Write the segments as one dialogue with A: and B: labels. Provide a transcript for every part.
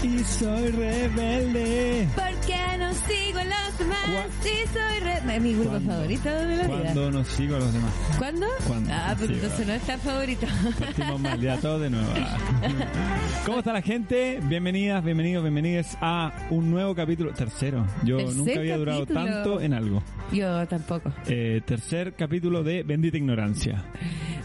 A: si soy rebelde.
B: Porque no sigo a los demás. Si soy rebelde. Es mi grupo
A: ¿Cuándo?
B: favorito de la vida.
A: Cuando no sigo a los demás.
B: ¿Cuándo?
A: ¿Cuándo?
B: Ah, pero
A: Sí,
B: entonces
A: va.
B: no es tan favorito.
A: Partimos mal, ya todo de nuevo. ¿Cómo está la gente? Bienvenidas, bienvenidos, bienvenidas a un nuevo capítulo. Tercero. Yo
B: Tercer
A: nunca había durado
B: capítulo.
A: tanto en algo.
B: Yo tampoco.
A: Eh, tercer capítulo de Bendita Ignorancia.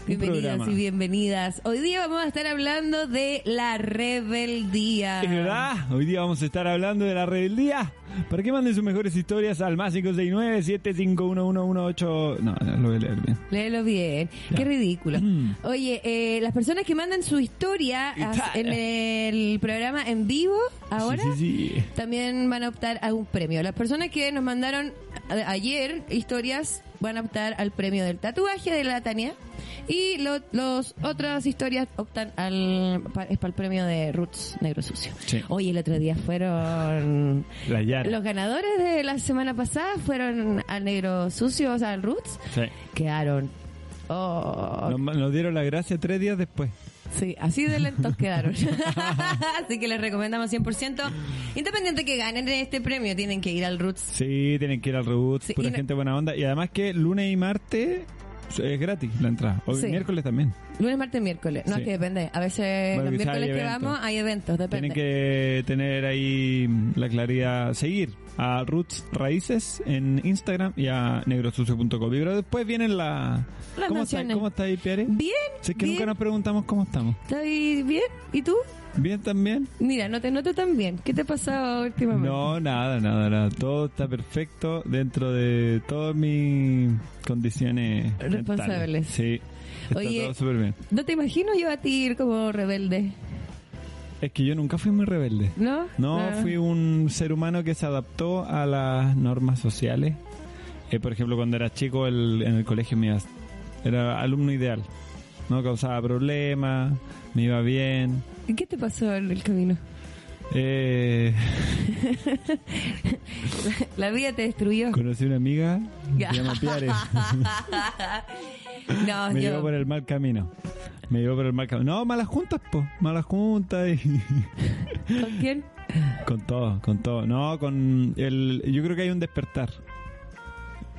A: Un
B: Bienvenidos
A: programa.
B: y bienvenidas. Hoy día vamos a estar hablando de la rebeldía.
A: Es verdad, hoy día vamos a estar hablando de la rebeldía. Para que manden sus mejores historias al más 569-7511118. No, no, lo voy a leer bien.
B: Léelo bien. Qué ridículo.
A: Mm.
B: Oye, eh, las personas que mandan su historia as- en el programa en vivo ahora
A: Sí, sí, sí.
B: también van a optar a un premio. Las personas que nos mandaron a- ayer historias van a optar al premio del tatuaje de la Tania y lo- los otras historias optan al pa- es para el premio de Roots Negro Sucio.
A: Sí.
B: Oye, el otro día fueron
A: La Yara.
B: los ganadores de la semana pasada fueron al Negro Sucio, o sea, al Roots.
A: Sí.
B: Quedaron. Oh,
A: Nos, nos dieron la gracia tres días después.
B: Sí, así de lentos quedaron. así que les recomendamos 100%. Independiente que ganen este premio, tienen que ir al Roots.
A: Sí, tienen que ir al Roots,
B: Sí,
A: pura
B: y no-
A: gente buena onda. Y además que lunes y martes es gratis la entrada. O
B: Sí.
A: miércoles también.
B: Lunes, martes, miércoles. No,
A: Sí.
B: es que depende. A veces
A: Bueno,
B: los
A: quizá
B: miércoles
A: hay
B: que
A: eventos.
B: vamos hay eventos, depende.
A: Tienen que tener ahí la claridad, seguir a Roots Raíces en Instagram y a negrosucio.com. Pero después vienen la,
B: Las
A: ¿cómo, está,
B: menciones.
A: ¿Cómo está ahí, Piare?
B: Bien,
A: Si es que
B: bien.
A: nunca nos preguntamos cómo estamos.
B: ¿Estoy bien? ¿Y tú?
A: ¿Bien también?
B: Mira, no te noto tan bien. ¿Qué te ha pasado últimamente?
A: No, nada, nada, nada. Todo está perfecto dentro de todas mis condiciones. mentales.
B: Responsables.
A: Sí. Está
B: Oye.
A: todo súper bien.
B: No te imagino yo a ti ir como rebelde,
A: Es que yo nunca fui muy rebelde.
B: ¿no?
A: No,
B: Ah.
A: fui un ser humano que se adaptó a las normas sociales. Eh, por ejemplo, cuando era chico el- en el colegio me iba- era alumno ideal. No causaba problemas, me iba bien.
B: ¿Y qué te pasó en el camino?
A: Eh,
B: La vida te destruyó.
A: conocí una amiga,
B: Ya.
A: se llama Piare.
B: No,
A: me
B: yo...
A: llevó por el mal camino. Me llevó por el mal camino. No, malas juntas, po. Malas juntas y...
B: ¿Con quién?
A: Con todo, con todo. No, con el. Yo creo que hay un despertar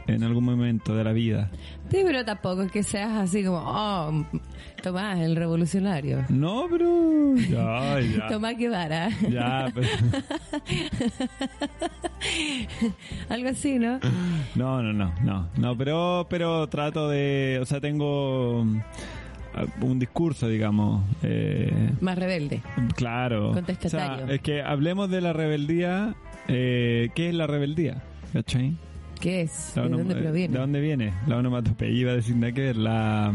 A: en algún momento de la vida.
B: Sí, pero tampoco es que seas así como, oh, Tomás, el revolucionario.
A: No, pero. Ya, ya.
B: Tomás Guevara.
A: Ya, pero-
B: Algo así, ¿no?
A: No, no, no, no. No, pero, pero trato de. O sea, tengo mm, un discurso, digamos. Eh,
B: Más rebelde.
A: Claro.
B: Contestatario.
A: O sea, es que hablemos de la rebeldía. eh, ¿Qué es la rebeldía? ¿Cachai?
B: ¿Qué es?
A: La
B: ¿De
A: ono-
B: dónde proviene?
A: eh, ¿De dónde viene? La onomatopeya, iba a decir nada que ver, la,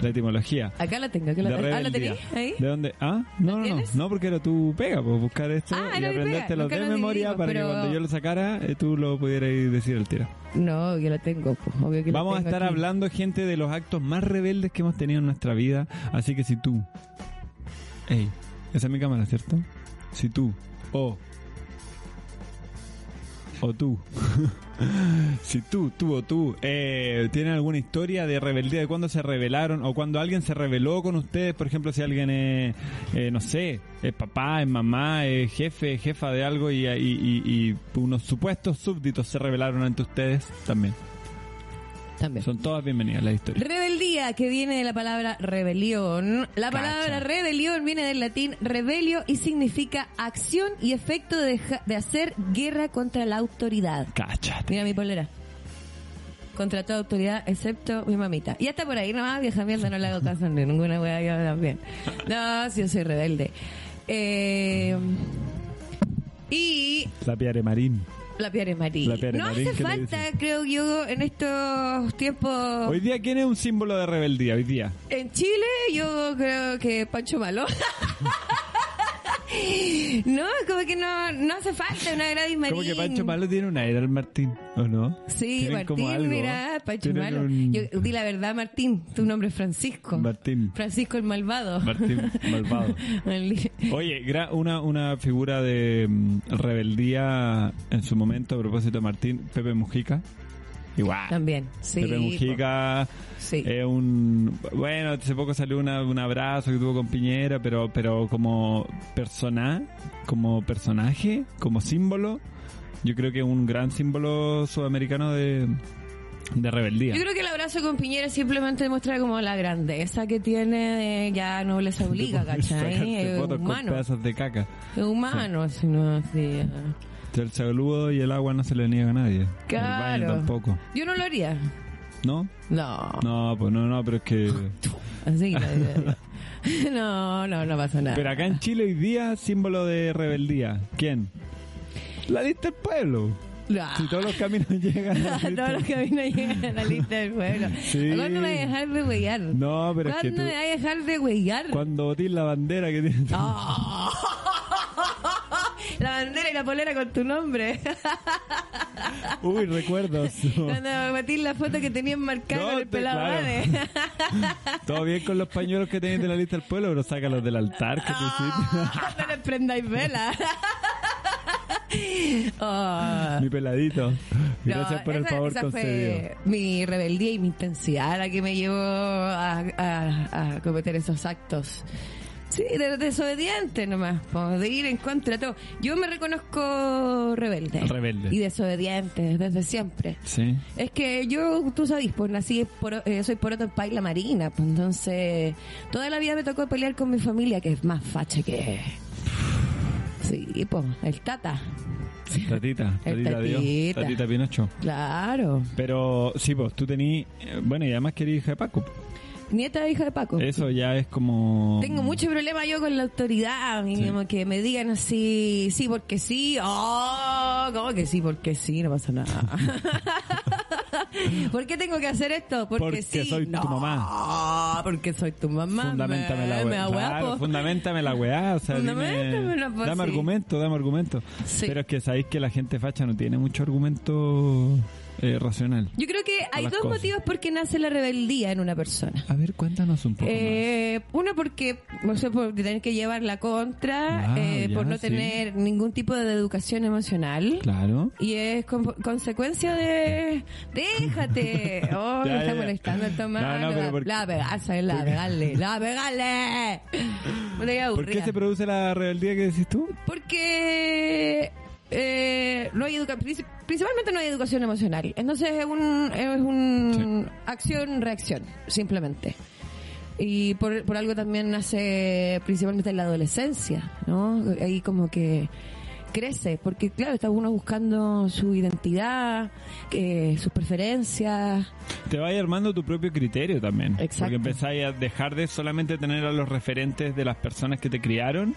A: la etimología.
B: Acá la tengo. Acá la
A: de
B: tengo. Ah, ¿la
A: rebeldía.
B: tenés ahí?
A: ¿De dónde? Ah, no, no, no,
B: tienes?
A: no, porque era tu pega, pues buscar esto
B: Ah,
A: y
B: era mi
A: aprenderte
B: pega,
A: los
B: nunca
A: de
B: lo
A: memoria
B: dividimos,
A: para
B: pero-
A: que cuando yo lo sacara eh, tú lo pudieras ir decir al tiro.
B: No, yo la tengo. pues, obvio que la
A: Vamos a
B: tengo
A: estar
B: aquí.
A: hablando, gente, de los actos más rebeldes que hemos tenido en nuestra vida, así que si tú... Ey, esa es mi cámara, ¿cierto? Si tú o... O tú. si tú, tú o tú, eh, tienen alguna historia de rebeldía, de cuando se rebelaron o cuando alguien se rebeló con ustedes, por ejemplo, si alguien es, eh, no sé, es papá, es mamá, es jefe, jefa de algo y, y- y- y unos supuestos súbditos se rebelaron ante ustedes también.
B: También.
A: Son todas bienvenidas las historias.
B: Rebeldía, que viene de la palabra rebelión. La palabra
A: Cacha.
B: rebelión viene del latín rebelio y significa acción y efecto de, deja- de hacer guerra contra la autoridad.
A: Cáchate.
B: Mira mi polera. Contra toda autoridad, excepto mi mamita. Y hasta por ahí nomás, vieja mierda, no le hago caso ni ninguna wea yo también. No, si yo soy rebelde. Eh, y
A: La Piare Marín.
B: la piare marín.
A: La Piare
B: no
A: Marín,
B: hace
A: ¿qué le
B: falta, creo yo, en estos tiempos.
A: Oh. Hoy día, ¿quién es un símbolo de rebeldía? Hoy día.
B: En Chile, yo creo que Pancho Malo. no, como que no, no hace falta una Gladys Marín.
A: Como que Pancho Malo tiene un aire al Martín, ¿o no?
B: Sí,
A: Tienen
B: Martín,
A: como algo,
B: mira,
A: ¿eh?
B: Pancho
A: Tienen
B: Malo.
A: un-
B: Yo, di la verdad, Martín, tu nombre es Francisco.
A: Martín.
B: Francisco el Malvado.
A: Martín Malvado.
B: El-
A: Oye, gra- una, una figura de mm, rebeldía en su momento, a propósito de Martín, Pepe Mujica. Igual.
B: También, sí.
A: Pepe Mujica Eh,
B: Sí.
A: es un... Bueno, hace poco salió una- un abrazo que tuvo con Piñera, pero, pero como, persona, como personaje, como símbolo, yo creo que es un gran símbolo sudamericano de, de rebeldía.
B: Yo creo que el abrazo con Piñera simplemente demuestra como la grandeza que tiene de ya nobleza obliga, ¿cachai?
A: Sacaste
B: Es
A: fotos con
B: humano,
A: pedazos de caca.
B: es humano, si eh, no, sí, ajá.
A: El saludo y el agua no se le niega a nadie. El
B: Claro.
A: baño tampoco.
B: Yo no lo haría.
A: ¿No?
B: No.
A: No, pues no, no, pero es que...
B: Así que nadie lo haría. no, no, no pasa nada.
A: Pero acá en Chile hoy día, símbolo de rebeldía. ¿Quién? La lista del pueblo.
B: Ah.
A: Si todos los caminos llegan. a la lista-
B: Todos los caminos llegan a la lista del pueblo.
A: Sí.
B: ¿Cuándo me voy a dejar de huellar?
A: No, pero es que
B: ¿Cuándo
A: tú-
B: me voy a dejar de huellar?
A: Cuando botís la bandera que tienes.
B: Ah. La bandera y la polera con tu nombre.
A: Uy, recuerdos.
B: Cuando me metí la foto que tenían marcada
A: No,
B: con el
A: te-
B: pelado
A: claro.
B: Vade.
A: Todo bien con los pañuelos que tenéis de la lista del pueblo, pero sácalos del altar que te hiciste.
B: Ah, No le prendáis vela. Ah.
A: Mi peladito.
B: No,
A: Gracias por el
B: esa-
A: favor
B: esa
A: concedido.
B: fue mi rebeldía y mi intensidad la que me llevó a, a- a cometer esos actos. Sí, de, desobediente nomás, po, de ir en contra de todo. Yo me reconozco rebelde.
A: Rebelde.
B: Y desobediente desde siempre.
A: Sí.
B: Es que yo, tú sabes, pues nací, por, eh, soy poroto en Paila Marina, pues entonces toda la vida me tocó pelear con mi familia, que es más facha que... Sí, pues, el tata.
A: Tatita,
B: El
A: tatita Dios.
B: tatita.
A: Tatita Pinocho.
B: Claro.
A: Pero sí, pues tú tení. eh, Bueno, y además querías hija de Paco.
B: Nieta e hija de Paco.
A: Eso ya es como.
B: Tengo mucho problema yo con la autoridad, y
A: Sí.
B: como que me digan así, sí porque sí, oh, ¿cómo que sí porque sí? No pasa nada. ¿Por qué tengo que hacer esto? Porque,
A: Porque
B: sí.
A: soy tu
B: No, Porque soy tu mamá.
A: Fundamentame la
B: me- me
A: weá. Claro,
B: ahueapo.
A: fundamentame la weá. O sea, dime-
B: Fundamentame la- pues,
A: dame
B: sí.
A: argumento, dame argumento.
B: Sí.
A: Pero es que sabéis que la gente facha no tiene mucho argumento eh, racional.
B: Yo creo que hay
A: las
B: dos
A: cosas.
B: motivos por qué nace la rebeldía en una persona.
A: A ver, cuéntanos un poco
B: Eh, uno porque no sé por tener que llevar la contra
A: Ah,
B: eh,
A: ya,
B: por no
A: sí.
B: tener ningún tipo de educación emocional
A: más. Claro.
B: Y es con- consecuencia de. ¡Déjate! Oh,
A: Ya,
B: me
A: ya,
B: está
A: ya.
B: molestando el tomate.
A: No, no, pero ¿por qué?
B: La pegaza, la pegale, la pegale. Me voy a
A: ¿Por qué
B: aburrir.
A: se produce la rebeldía que decís tú?
B: Porque. eh, no hay educa princip- principalmente no hay educación emocional. Entonces es un, es un acción-reacción, simplemente. Y por, por algo también nace principalmente en la adolescencia, ¿no? Ahí como que crece, porque claro, está uno buscando su identidad, eh, sus preferencias.
A: Te vas armando tu propio criterio también.
B: Exacto.
A: Porque empezáis a dejar de solamente tener a los referentes de las personas que te criaron,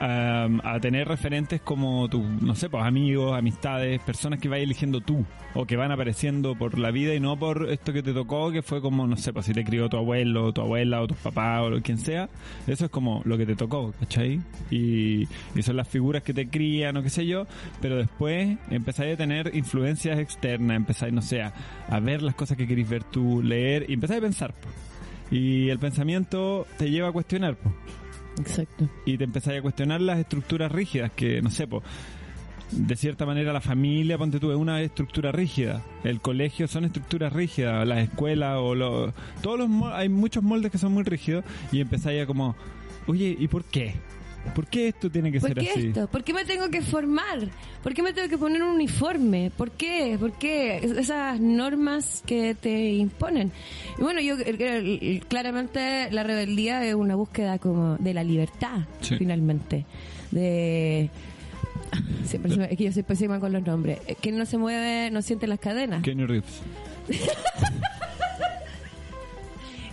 A: am, a tener referentes como tus, no sé, pues amigos, amistades, personas que vais eligiendo tú o que van apareciendo por la vida y no por esto que te tocó, que fue como, no sé, pues si te crió tu abuelo, tu abuela o tus papás o lo- quien sea. Eso es como lo que te tocó, ¿cachai? Y, y son las figuras que te crían o qué sé yo, pero después empezáis a tener influencias externas, empezáis, no sé, a, a ver las cosas que querís ver tú, leer y empezáis a pensar. po. Y el pensamiento te lleva a cuestionar, po.
B: Exacto.
A: y te empezáis a cuestionar las estructuras rígidas que, no sé, po, de cierta manera la familia, ponte tú, es una estructura rígida. El colegio son estructuras rígidas, las escuelas o lo- todos los mo- hay muchos moldes que son muy rígidos y empezáis a como, oye, ¿y por qué? ¿Por qué esto tiene que
B: ¿Por
A: ser
B: qué
A: así?
B: esto? ¿Por qué me tengo que formar? ¿Por qué me tengo que poner un uniforme? ¿Por qué? ¿Por qué Es- esas normas que te imponen? Y bueno, yo eh, eh, claramente la rebeldía es una búsqueda como de la libertad,
A: Sí.
B: finalmente. De siempre se me- es que yo soy pésima con los nombres. Eh, Que no se mueve, no siente las cadenas.
A: Kenny Reeves.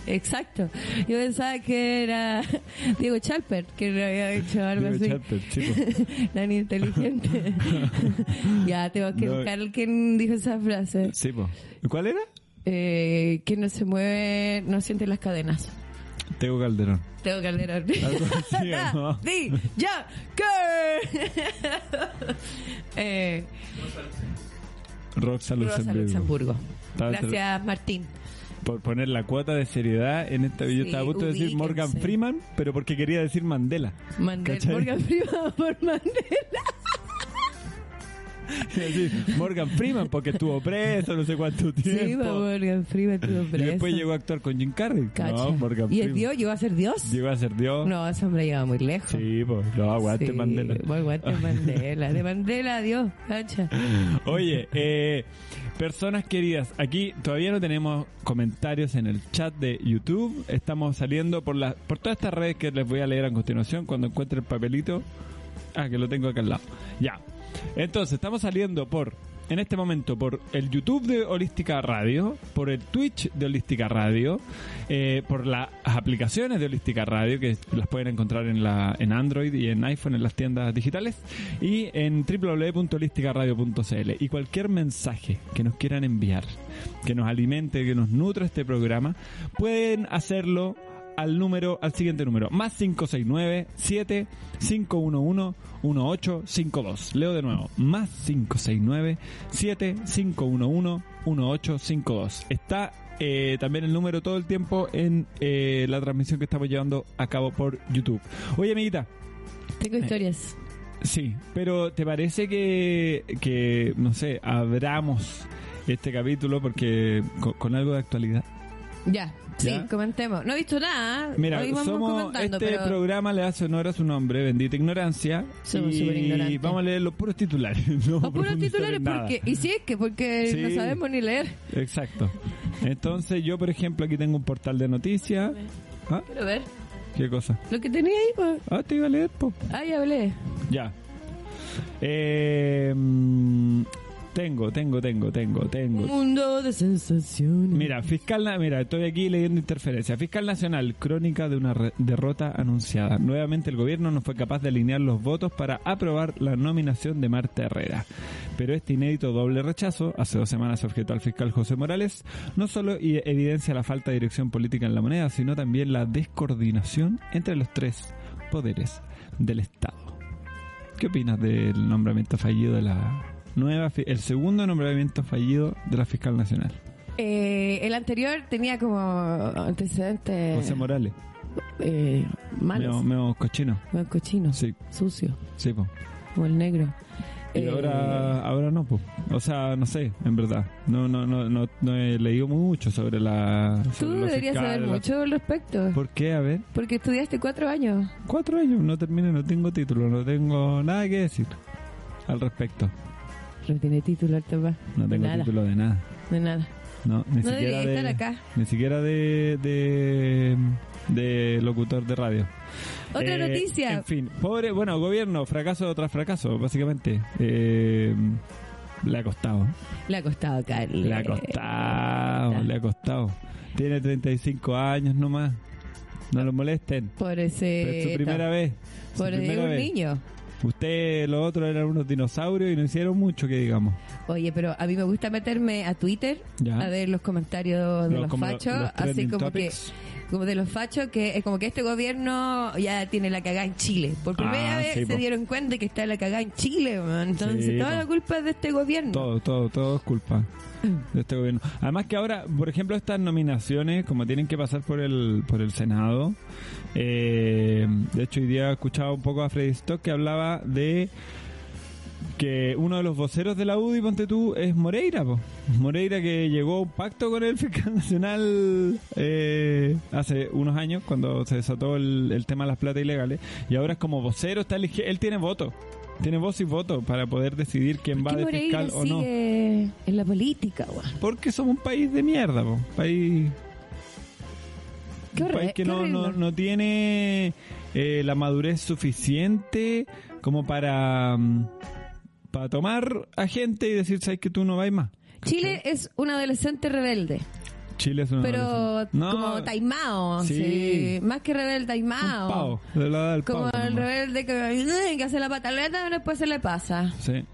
B: Exacto. Yo pensaba que era Diego Chalper que lo había hecho algo
A: Diego
B: así.
A: Chalper, chico.
B: Tan inteligente. ya, tengo que
A: No.
B: buscar quién dijo esa frase.
A: Sí, po. ¿Cuál era?
B: Eh, que no se mueve, no siente las cadenas.
A: Teo Calderón.
B: Tengo que leer
A: Algo así,
B: Da,
A: ¿no?
B: di, ya, girl. eh,
A: Rosa
B: Rosa
A: Luxemburgo. Ah,
B: Luxemburgo.
A: Estaba entre-
B: Gracias, Martín.
A: Por poner la cuota de seriedad en esta. Yo
B: Sí,
A: estaba a punto de decir
B: ubíquense.
A: Morgan Freeman, pero porque quería decir Mandela.
B: Mandel,
A: ¿Cachai?
B: Morgan Freeman por Mandela.
A: Y así, Morgan Freeman, porque estuvo preso no sé cuánto tiempo.
B: Sí, va Morgan Freeman estuvo
A: Y después
B: preso.
A: llegó a actuar con Jim Carrey.
B: Cacha.
A: No, Morgan
B: ¿Y el
A: Freeman.
B: Dios? ¿Llegó a ser Dios?
A: Llegó a ser Dios.
B: No, ese hombre llegaba muy lejos.
A: Sí, pues, no, aguante
B: Sí,
A: Mandela.
B: bueno, Aguante Mandela. De Mandela, Dios, cacha.
A: Oye, eh, personas queridas, aquí todavía no tenemos comentarios en el chat de YouTube. Estamos saliendo por las por todas estas redes que les voy a leer a continuación cuando encuentre el papelito. Ah, que lo tengo acá al lado. Ya. Entonces, estamos saliendo por en este momento por el YouTube de Holística Radio, por el Twitch de Holística Radio, eh, por las aplicaciones de Holística Radio, que las pueden encontrar en, la, en Android y en iPhone en las tiendas digitales, y en www.holísticaradio.cl. Y cualquier mensaje que nos quieran enviar, que nos alimente, que nos nutra este programa, pueden hacerlo al número, al siguiente número, más 569 7 511 1852. Leo de nuevo, más 569 7 511 1852. Está eh, también el número todo el tiempo en eh, la transmisión que estamos llevando a cabo por YouTube. Oye, amiguita, Eh.
B: Tengo historias.
A: sí, pero ¿te parece que, que no sé, abramos este capítulo porque con- con algo de actualidad?
B: Ya, sí,
A: ¿Ya?
B: comentemos. No he visto nada. ¿eh?
A: Mira,
B: Hoy vamos
A: somos,
B: comentando,
A: este
B: pero...
A: programa le hace honor a su nombre, bendita ignorancia.
B: Somos
A: y
B: superignorantes.
A: vamos a leer los puros titulares. No
B: O puros
A: profundizar
B: titulares
A: en nada.
B: porque... Y sí, es que porque
A: Sí.
B: no sabemos ni leer.
A: Exacto. Entonces yo, por ejemplo, aquí tengo un portal de noticias. ¿Ah?
B: Quiero ver.
A: ¿Qué cosa?
B: Lo que tenía ahí, pues...
A: Ah, te iba a leer, po.
B: Ah, ya hablé.
A: Ya. Eh, mm, tengo, tengo, tengo, tengo, tengo.
B: Mundo de sensaciones.
A: Mira, fiscal, na- mira, estoy aquí leyendo interferencia. Fiscal Nacional, crónica de una re- derrota anunciada. Nuevamente el gobierno no fue capaz de alinear los votos para aprobar la nominación de Marta Herrera. Pero este inédito doble rechazo, hace dos semanas objeto al fiscal José Morales, no solo i- evidencia la falta de dirección política en la moneda, sino también la descoordinación entre los tres poderes del Estado. ¿Qué opinas del nombramiento fallido de la nueva, fi- el segundo nombramiento fallido de la fiscal nacional?
B: Eh, el anterior tenía como antecedentes...
A: José Morales.
B: eh,
A: Meo,
B: malos.
A: meo cochino.
B: Medio cochino,
A: Sí,
B: sucio,
A: sí, po.
B: como el negro.
A: Y
B: Eh,
A: ahora, ahora no, po. O sea, no sé, en verdad. No, no, no, no, no he leído mucho sobre la.
B: Tú
A: sobre lo
B: deberías
A: fiscal,
B: saber
A: la-
B: mucho al respecto.
A: ¿Por qué? A ver,
B: Porque estudiaste cuatro años.
A: cuatro años, no terminé, no tengo título, no tengo nada que decir al respecto.
B: No tiene título, alto más.
A: No tengo
B: nada,
A: título de nada.
B: De nada.
A: No, ni
B: No
A: siquiera
B: debería
A: de,
B: estar acá.
A: Ni siquiera de, de, de locutor de radio.
B: Otra
A: Eh,
B: noticia.
A: En fin, pobre, bueno, gobierno, fracaso tras fracaso, básicamente. Eh, le ha costado.
B: Le ha costado eh, caer.
A: Le ha costado, le ha costado. Tiene 35 años nomás. No lo molesten.
B: Por
A: Pero
B: ese.
A: es su primera vez. su
B: Eh, Por
A: primera
B: un
A: vez.
B: niño.
A: Usted, los otros eran unos dinosaurios y no hicieron mucho que digamos.
B: Oye, pero a mí me gusta meterme a Twitter
A: Ya.
B: a ver los comentarios de
A: Ah. Los-
B: los,
A: como
B: fachos,
A: los- los
B: así
A: trending
B: como
A: topics.
B: que como de los fachos que es como que este gobierno ya tiene la cagada en Chile. Por primera
A: Ah,
B: vez
A: sí,
B: se
A: po.
B: dieron cuenta que está la cagada en Chile, man. entonces
A: Sí,
B: toda
A: po.
B: la culpa es de este gobierno.
A: Todo, todo, todo es culpa de este gobierno. Además que ahora, por ejemplo, estas nominaciones, como tienen que pasar por el, por el Senado, eh, de hecho hoy día escuchaba un poco a Freddy Stock que hablaba de que uno de los voceros de la UDI, ponte tú, es Moreira. po. Moreira que llegó a un pacto con el fiscal nacional eh, hace unos años, cuando se desató el, el tema de las plata ilegales, y ahora es como vocero, está elige- él tiene voto. Tiene voz y voto para poder decidir quién va
B: ¿Por qué
A: de
B: Moreira
A: fiscal o no.
B: sigue en la política, weón?
A: Porque somos un país de mierda, po. país,
B: Qué
A: un país
B: horrible.
A: que
B: qué
A: no, no,
B: horrible.
A: no tiene eh, la madurez suficiente como para, mm, para tomar a gente y decir, sabes que tú no vais más.
B: Chile es un adolescente rebelde,
A: Chile es una
B: pero
A: em- No,
B: como taimado,
A: Sí.
B: sí, más que rebelde,
A: un
B: taimado.
A: pavo, de la edad del
B: Como
A: pavo,
B: el
A: nomás.
B: rebelde que, que hace la pataleta, pero después se le pasa.
A: Sí,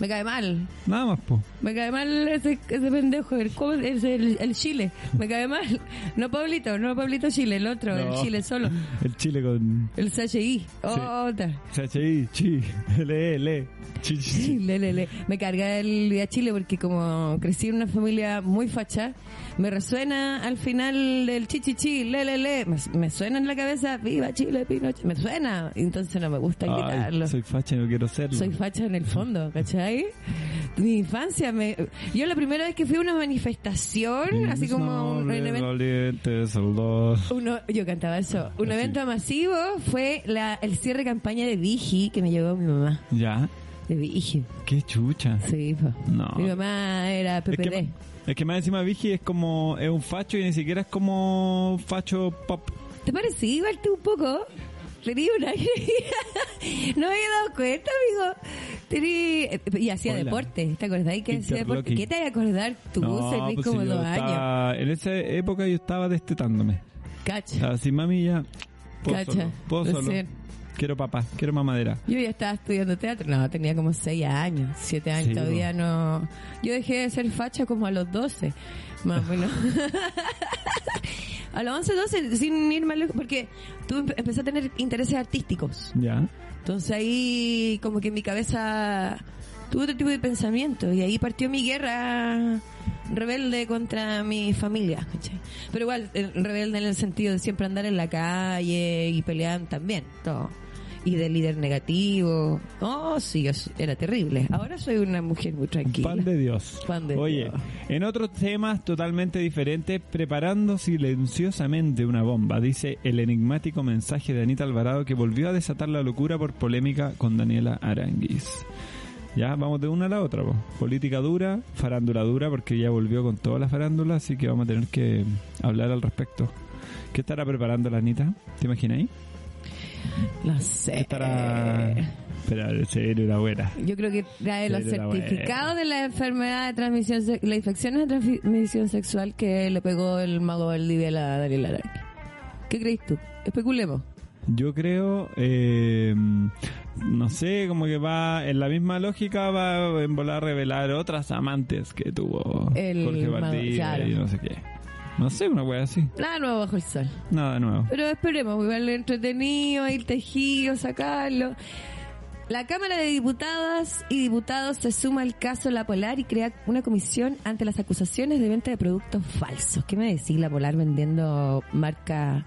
B: Me cae mal.
A: nada más, po.
B: Me cae mal ese, ese pendejo, el, ¿cómo es? El- el Chile. Me cae mal. No Pablito, no Pablito Chile, el otro,
A: No.
B: el Chile solo.
A: El Chile con
B: El CHI. Oh, otra.
A: CHI, chi, le, le, chi, chi, chi.
B: Le, le, le. Me carga el día Chile porque como crecí en una familia muy facha, me resuena al final del chichichi, le, le, le. Me, me suena en la cabeza, viva Chile, Pinochet. Me suena. Entonces no me gusta
A: Ay,
B: quitarlo.
A: soy facha y no quiero serlo.
B: Soy facha en el fondo, ¿cachai? ¿cachai? Mi infancia, me... yo la primera vez que fui a una
A: Mm,
B: manifestación, así como a un, un evento uno, yo cantaba eso. Un
A: Así.
B: evento masivo fue la, el cierre de campaña de Vigi que me llevó mi mamá.
A: Ya,
B: De Vigi,
A: qué chucha.
B: sí. po.
A: No.
B: Mi mamá era PPD.
A: Es que, es que más encima Vigi es como, es un facho y ni siquiera es como facho pop.
B: ¿Te parece igual tú un poco? Tenía una No me había dado cuenta, amigo. Tení- eh, Y hacía
A: Hola.
B: deporte. ¿Te acordáis que hacía deporte?
A: Interlocking.
B: ¿Qué te vas a acordar tú? Serví
A: pues si
B: como
A: yo
B: dos años.
A: estaba- En esa época yo estaba destetándome.
B: Cacha.
A: Estaba así, mami, ya. Puedo
B: Cacha,
A: solo. puedo
B: lo
A: solo.
B: sé.
A: Quiero papá, quiero mamadera.
B: Yo ya estaba estudiando teatro. No, tenía como 6 años, 7 años.
A: Sí,
B: todavía
A: po.
B: no. Yo dejé de ser facha como a los 12. Más o menos. a los 11, 12, sin ir más lejos. Porque tú empe- empecé a tener intereses artísticos.
A: Ya.
B: Entonces ahí, como que en mi cabeza tuve otro tipo de pensamiento. Y ahí partió mi guerra rebelde contra mi familia. ¿cachai? Pero igual, eh, rebelde en el sentido de siempre andar en la calle y pelear también. Todo. Y de líder negativo. Oh, sí, yo s- era terrible. Ahora soy una mujer muy tranquila.
A: Pan de Dios.
B: Pan de
A: Oye,
B: Dios.
A: en otros temas totalmente diferentes, preparando silenciosamente una bomba, dice el enigmático mensaje de Anita Alvarado que volvió a desatar la locura por polémica con Daniela Aranguis. Ya, vamos de una a la otra. po. Política dura, farándula dura, porque ya volvió con todas las farándulas, así que vamos a tener que hablar al respecto. ¿Qué estará preparando la Anita? ¿Te imagináis?
B: No sé.
A: ¿Qué estará...?
B: eh.
A: Pero en serio, la buena.
B: Yo creo que trae los
A: Sí, era bueno.
B: certificados de la enfermedad de transmisión, se- las infecciones de transmisión sexual que le pegó el mago Valdivia a la Daniela Araki. ¿Qué crees tú? Especulemos.
A: Yo creo, eh, no sé, como que va en la misma lógica, va en volar a revelar otras amantes que tuvo
B: El
A: Jorge
B: Mado-
A: Valdivia
B: claro.
A: y no sé qué. No sé, una wea así.
B: Nada nuevo bajo el sol.
A: Nada nuevo.
B: Pero esperemos, igual lo entretenido, ir tejido, sacarlo. La Cámara de Diputadas y Diputados se suma al caso La Polar y crea una comisión ante las acusaciones de venta de productos falsos. ¿Qué me decís La Polar vendiendo marca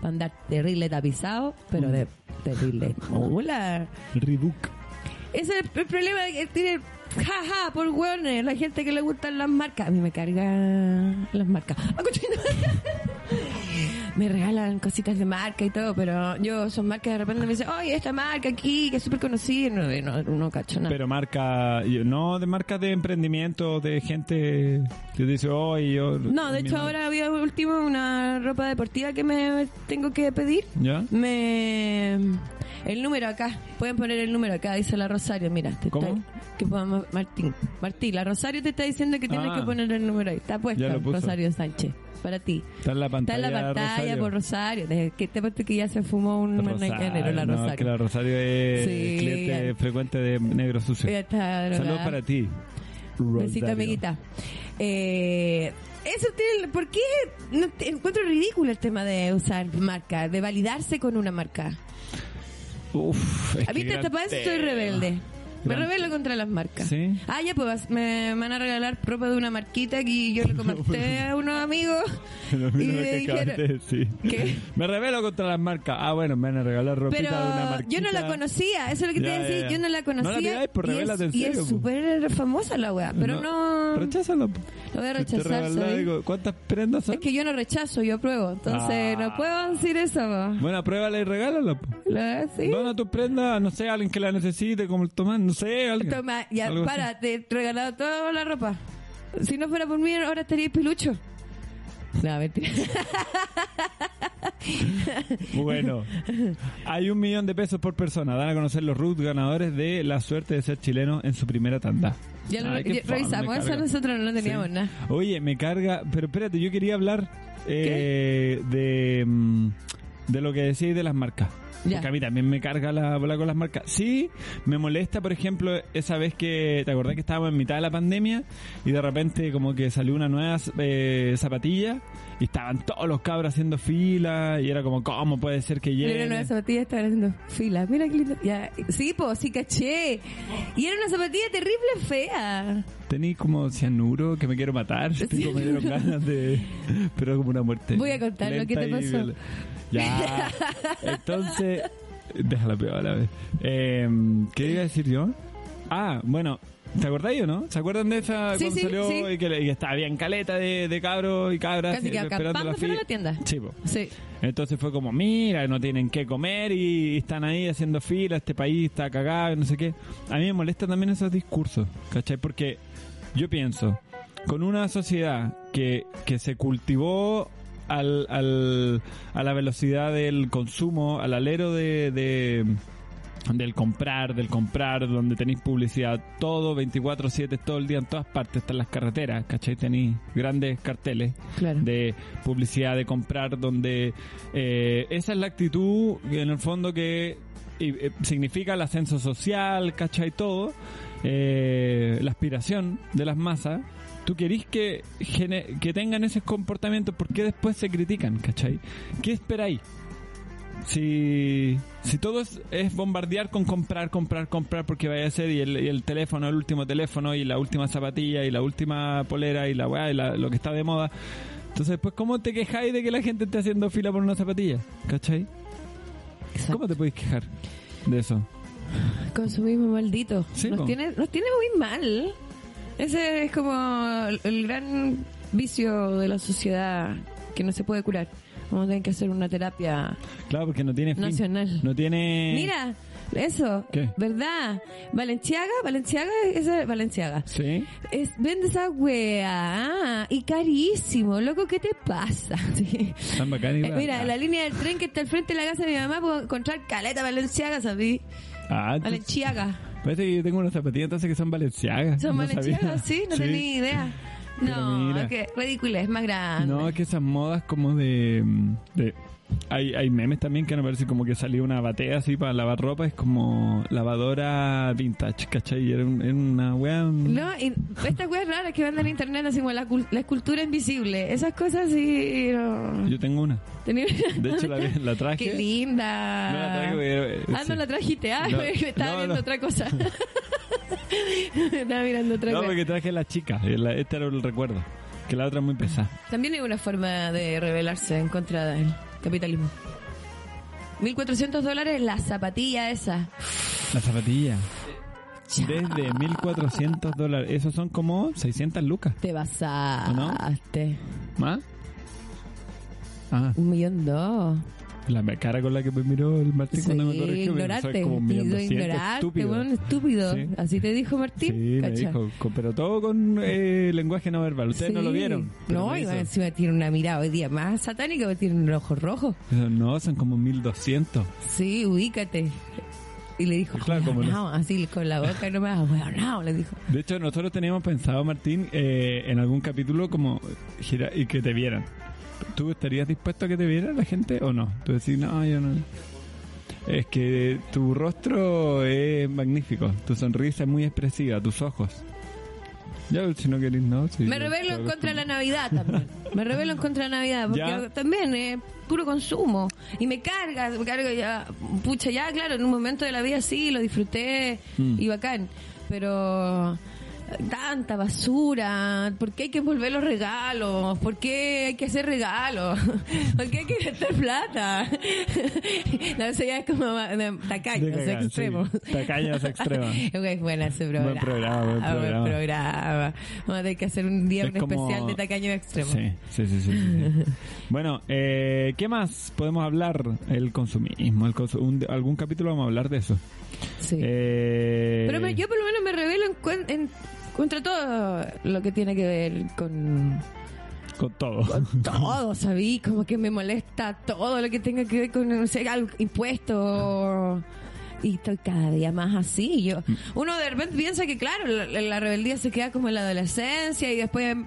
B: para andar terrible tapizado, pero de terrible mola?
A: Reebok.
B: Ese es el problema que tiene, jaja, por hueones, la gente que le gustan las marcas. A mí me cargan las marcas. ¡Ah, cochino! me regalan cositas de marca y todo, pero yo son marcas de repente me dicen, oye, esta marca aquí, que es súper conocida, no, no, no cacho nada.
A: Pero marca, no de marcas de emprendimiento, de gente que dice, oh, y yo...
B: no, de hecho ahora había último una ropa deportiva que me tengo que pedir.
A: ¿Ya?
B: Me... El número acá, pueden poner el número acá, dice la Rosario, mira. Te
A: ¿Cómo?
B: está- que podamos- Martín, Martín, la Rosario te está diciendo que tienes
A: Ah.
B: que poner el número ahí. Está puesto,
A: Ya lo puso.
B: Rosario Sánchez, para ti.
A: Está en la
B: Está en
A: pantalla.
B: la pantalla
A: Rosario.
B: por Rosario. Desde que te parte que ya se fumó un manacanero la
A: No, que
B: Rosario.
A: la Rosario es
B: Sí,
A: cliente
B: ya.
A: frecuente de Negro Sucio.
B: Ya está drogada.
A: Saludos para ti.
B: Besito,
A: Rosario.
B: amiguita. Eh, eso tiene, ¿Por qué no te- encuentro ridículo el tema de usar marca, de validarse con una marca?
A: Uf, es
B: A
A: que
B: mí Ah, te
A: gran
B: tapas estoy
A: tema.
B: rebelde. Me
A: Gran-
B: rebelo contra las marcas.
A: Sí.
B: Ah, ya, pues vas- me van a regalar ropa de una marquita que yo le comenté a unos amigos.
A: Lo mismo que
B: y me
A: acabas de
B: dijeron,
A: decir.
B: ¿Qué?
A: Me rebelo contra las marcas. Ah, bueno, me van a regalar ropita
B: pero
A: de una marquita.
B: yo no la conocía, eso es lo que te
A: Ya,
B: iba a decir,
A: ya, ya.
B: yo no la
A: No la
B: conocía.
A: pidáis, pues,
B: y es-
A: revélate en
B: y es
A: serio, pues.
B: súper famosa la weá, pero no...
A: Recházalo.
B: Lo voy a
A: Si te
B: rechazar,
A: rebelas,
B: ¿sabes?
A: digo, ¿Cuántas prendas son?
B: Es que yo no rechazo, yo apruebo,
A: Ah.
B: entonces no puedo decir eso. po.
A: Bueno, pruébala y regálala. po.
B: Lo- sí.
A: Dona tu prenda, no sé, a alguien que la necesite, como el Tomás, no sé, alguien.
B: Toma, ya,
A: Algo así.
B: para, te he regalado toda la ropa. Si no fuera por mí, ahora estaría pelucho. No, mentira.
A: Bueno, hay un millón de pesos por persona. Dan a conocer los Ruth ganadores de la suerte de ser chileno en su primera tanda.
B: Ya lo
A: Ay, qué
B: ya
A: fome,
B: revisamos,
A: me
B: eso
A: carga.
B: nosotros no teníamos
A: Sí.
B: nada.
A: Oye, me carga, pero espérate, yo quería hablar eh, de, mm, de lo que decís de las marcas.
B: Ya.
A: Porque a mí también me carga la bola con las marcas. Sí, me molesta, por ejemplo, esa vez que, ¿te acordás que estábamos en mitad de la pandemia? Y de repente como que salió una nueva eh, zapatilla y estaban todos los cabros haciendo fila y era como, ¿cómo puede ser que
B: Pero era
A: llegue?
B: una zapatilla, estaban haciendo fila. Mira qué lindo. Ya. Sí, po, sí caché. Y era una zapatilla terrible
A: Ah,
B: fea.
A: Tení como cianuro que me quiero matar. Tengo me dieron ganas de. Pero como una muerte.
B: Voy a contar lo que
A: lenta
B: te
A: y
B: pasó.
A: viola- Ya. Entonces. Déjala peor Em, a la vez. Eh, ¿Qué iba a decir yo? Ah, bueno. ¿Te acordáis o no? ¿Se acuerdan de esa
B: Sí,
A: cuando
B: sí,
A: salió
B: sí.
A: y que, y estaba bien caleta de, de cabros y cabras
B: Casi que
A: eh, esperando
B: acampando
A: la
B: fuera de
A: fila?
B: la tienda.
A: Sí, po.
B: Sí.
A: Entonces fue como, mira, no tienen qué comer y están ahí haciendo fila, este país está cagado, y no sé qué. A mí me molestan también esos discursos, ¿cachai? Porque yo pienso, con una sociedad que, que se cultivó al, al- a la velocidad del consumo, al alero de- de del comprar, del comprar, donde tenéis publicidad, todo 24-7, todo el día, en todas partes, hasta en las carreteras, ¿cachai? Tenéis grandes carteles
B: Claro.
A: de publicidad, de comprar, donde eh, esa es la actitud, en el fondo, que y, eh, significa el ascenso social, ¿cachai? Todo, eh, la aspiración de las masas. Tú querís que, gene- que tengan ese comportamiento, ¿por qué después se critican, ¿cachai? ¿Qué esperáis? Si, si todo es, es bombardear con comprar, comprar, comprar, porque vaya a ser y el, y el teléfono, el último teléfono, y la última zapatilla, y la última polera, y la weá, y la- lo que está de moda. Entonces, pues, ¿cómo te quejáis de que la gente esté haciendo fila por una zapatilla? ¿Cachai?
B: Exacto.
A: ¿Cómo te podéis quejar de eso?
B: Consumismo maldito.
A: Sí,
B: nos,
A: po.
B: tiene, nos tiene muy mal. Ese es como el gran vicio de la sociedad que no se puede curar. Vamos a tener que hacer una terapia
A: Claro, porque no tiene fin.
B: nacional.
A: No tiene...
B: Mira, eso,
A: ¿Qué?
B: ¿verdad? Valenciaga, Valenciaga, esa es Valenciaga.
A: ¿Sí?
B: Es, vende esa wea ah, y carísimo, loco, ¿qué te pasa? Sí.
A: Tan bacán y
B: Eh, Mira,
A: bacán.
B: la línea del tren que está al frente de la casa de mi mamá puedo encontrar caleta Valenciaga, ¿sabí?
A: Ah, tú-
B: Valenciaga.
A: parece que yo tengo unas zapatillas entonces que son valenciagas.
B: Son
A: No sabía.
B: Valenciaga, sí, no tenía idea.
A: Pero
B: No,
A: mira.
B: que ridícula, es más grande.
A: No, es que esas modas como de... de- hay, hay memes también que me parece como que salió una batea así para lavar ropa, es como lavadora vintage, ¿cachai? Y Era, un- era una weá... un-
B: No, y estas weas raras que venden en internet, así como la, cul- la escultura invisible. Esas cosas sí. No.
A: Yo tengo una.
B: Tenía-
A: De hecho, la, la traje.
B: Qué linda.
A: No la traigo, eh, eh,
B: Ah,
A: sí.
B: no la trajiste. Ah,
A: No,
B: estaba
A: no,
B: viendo
A: no.
B: otra cosa. estaba mirando otra
A: No,
B: cosa.
A: porque traje la chica. eh, la- Este era el recuerdo. Que la otra es muy pesada.
B: También hay una forma de rebelarse en contra del capitalismo. 1.400 dólares la zapatilla esa.
A: La zapatilla. Desde 1400 dólares. Esos son como 600 lucas.
B: Te basaste.
A: ¿Más? Ah,
B: Un millón dos.
A: la me- cara con la que me miró el Martín
B: Soy
A: cuando me corrigió. me dijo,
B: ignorante.
A: "Soy como un
B: Soy
A: millón doscientos,
B: ignorante,
A: estúpido".
B: weón, estúpido.
A: Sí.
B: Así te dijo
A: Sí, me
B: Martín. ¿cacha?
A: dijo, con- pero todo con eh, lenguaje no verbal. Ustedes no
B: Sí.
A: lo vieron. pero
B: No,
A: me
B: y
A: hizo.
B: más encima tiene una mirada hoy día más satánica, porque tiene un ojo rojo.
A: No, son como 1200.
B: Sí, ubícate. Y le dijo,
A: Claro, como
B: "Hueonao", así con la boca nomás, no, le dijo.
A: De hecho, nosotros teníamos pensado, Martín, eh, en algún capítulo como gira y que te vieran. ¿Tú estarías dispuesto a que te viera la gente o no? Tú decís, no, yo no. Es que tu rostro es magnífico, tu sonrisa es muy expresiva, tus ojos. Ya, si no querés, no. sí,
B: Me
A: yo
B: revelo
A: estoy
B: en contra de la Navidad también. Me revelo en contra de la Navidad, porque
A: Ya.
B: también es puro consumo. Y me carga, me carga ya, pucha, ya, claro, en un momento de la vida sí, lo disfruté
A: Mm.
B: y bacán. Pero eh, tanta basura, ¿por qué hay que envolver los regalos? ¿Por qué hay que hacer regalos? ¿Por qué hay que gastar plata? no sé, ya es como eh,
A: De
B: tacaños
A: cagar, sí.
B: extremos.
A: Tacaños extremos.
B: Es buena ese programa. Ah,
A: Buen programa, buen programa.
B: programa. Vamos a tener que hacer un día
A: Es
B: un
A: como-
B: especial de tacaño extremo.
A: Sí, sí, sí, sí, sí, sí. bueno, eh, ¿qué más podemos hablar? El consumismo. El consu- un- algún capítulo vamos a hablar de eso.
B: Sí.
A: Eh,
B: Pero me- yo por lo menos me revelo en, cuen- en- contra todo lo que tiene que ver con,
A: Con todo.
B: con todo, ¿sabí? Como que me molesta todo lo que tenga que ver con, no sé, algo, impuesto. Y estoy cada día más así. Yo, uno de repente piensa que, claro, la, la rebeldía se queda como en la adolescencia y después em,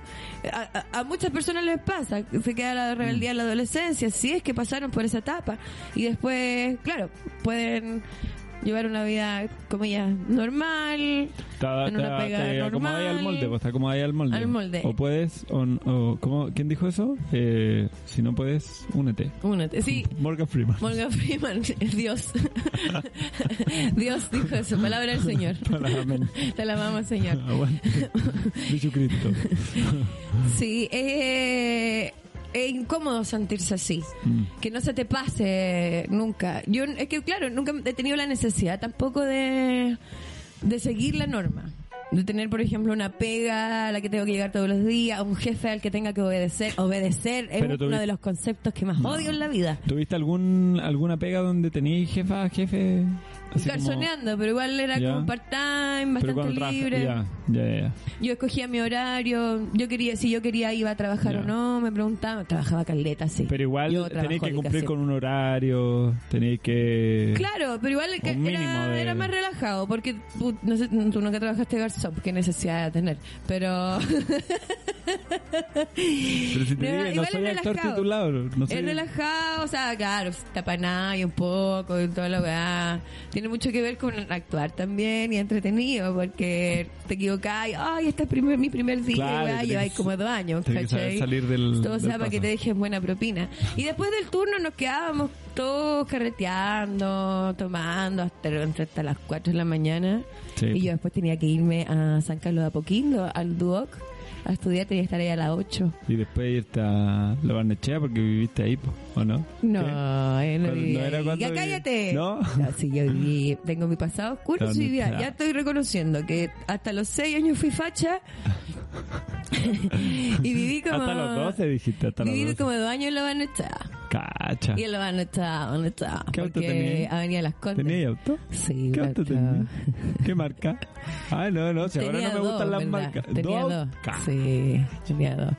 B: a, a- a muchas personas les pasa, se queda la rebeldía en la adolescencia, si es que pasaron por esa etapa. Y después, claro, pueden llevar una vida, comillas, normal.
A: Ta-
B: en una
A: ta-
B: pega
A: te acomodáis
B: normal.
A: al molde, pues te acomodáis al molde.
B: Al molde.
A: O puedes, o, n- o- ¿cómo, ¿quién dijo eso? Eh, si no puedes, únete.
B: Únete. Sí,
A: Morgan Freeman.
B: Morgan Freeman es Dios. Dios dijo eso, palabra del Señor.
A: Palabra, amén.
B: Te la amamos, Señor.
A: Aguante. Jesucristo.
B: Sí, eh, es incómodo sentirse así.
A: Mm.
B: Que no se te pase nunca. Yo, es que, claro, nunca he tenido la necesidad tampoco de de seguir la norma. De tener, por ejemplo, una pega a la que tengo que llegar todos los días, un jefe al que tenga que obedecer. Obedecer es
A: Pero tú
B: uno
A: vi-
B: de los conceptos que más odio en la vida.
A: ¿Tuviste algún, alguna pega donde tenías jefa, jefe? Así como-
B: Garzoneando, pero igual era
A: Ya.
B: como part-time,
A: pero
B: bastante
A: cuando trabaja-
B: libre.
A: Ya, ya, ya, ya.
B: Yo escogía mi horario, yo quería, si yo quería iba a trabajar
A: Ya.
B: o no, me preguntaban, trabajaba caleta, sí.
A: Pero
B: Yo
A: igual tenéis que
B: trabajólica,
A: cumplir
B: sí.
A: con un horario, tenéis que...
B: Claro, pero igual que
A: mínimo
B: era,
A: de-
B: era más relajado, porque pu- no sé, tú nunca trabajaste Garzop, qué necesidad de tener, pero...
A: Pero si te
B: Era-
A: digo, no
B: igual es
A: soy actor
B: relajado.
A: titulado, no soy...
B: Es relajado, o sea, claro, tapanay un poco y todo lo que... Tiene mucho que ver con actuar también y entretenido, porque te equivocás y, ay, este es primer, mi primer día,
A: Claro,
B: weá,
A: tenés
B: lleváis
A: que-
B: como dos años,
A: tenés que saber
B: ¿cachai?
A: salir del-
B: Todo
A: del
B: sea para que
A: paso.
B: te dejen buena propina. Y después del turno nos quedábamos todos carreteando, tomando hasta, entre- hasta las 4 de la mañana.
A: Sí.
B: Y yo después tenía que irme a San Carlos de Apoquindo, al Duoc, a estudiar, tenía que estar ahí a las 8.
A: Y después irte a la barnechea porque viviste ahí, po, ¿o no?
B: No, eh, no
A: ¿Cuándo-
B: vivía
A: no era
B: ahí.
A: cuando
B: Ya
A: viví?
B: cállate.
A: ¿No?
B: sí, yo viví. Tengo mi pasado oscuro y
A: ¿Dónde
B: soy vivía.
A: está?
B: Ya estoy reconociendo que hasta los 6 años fui facha. y viví como.
A: Hasta los 12 dijiste, hasta los
B: Viví
A: 12.
B: como dos años en la Barnechea.
A: Cacha.
B: Y en la Barnechea, ¿dónde está?
A: ¿Qué auto
B: Porque
A: tenías?
B: Avenida Las Condes.
A: ¿Tenías auto?
B: Sí,
A: ¿Qué
B: un
A: auto
B: auto.
A: tenías? ¿Qué marca? Ah, no, no, si ahora
B: Tenía
A: no me
B: dos,
A: gustan las
B: ¿verdad?
A: marcas.
B: Tenía dos.
A: Ca-
B: Sí, tenía dos.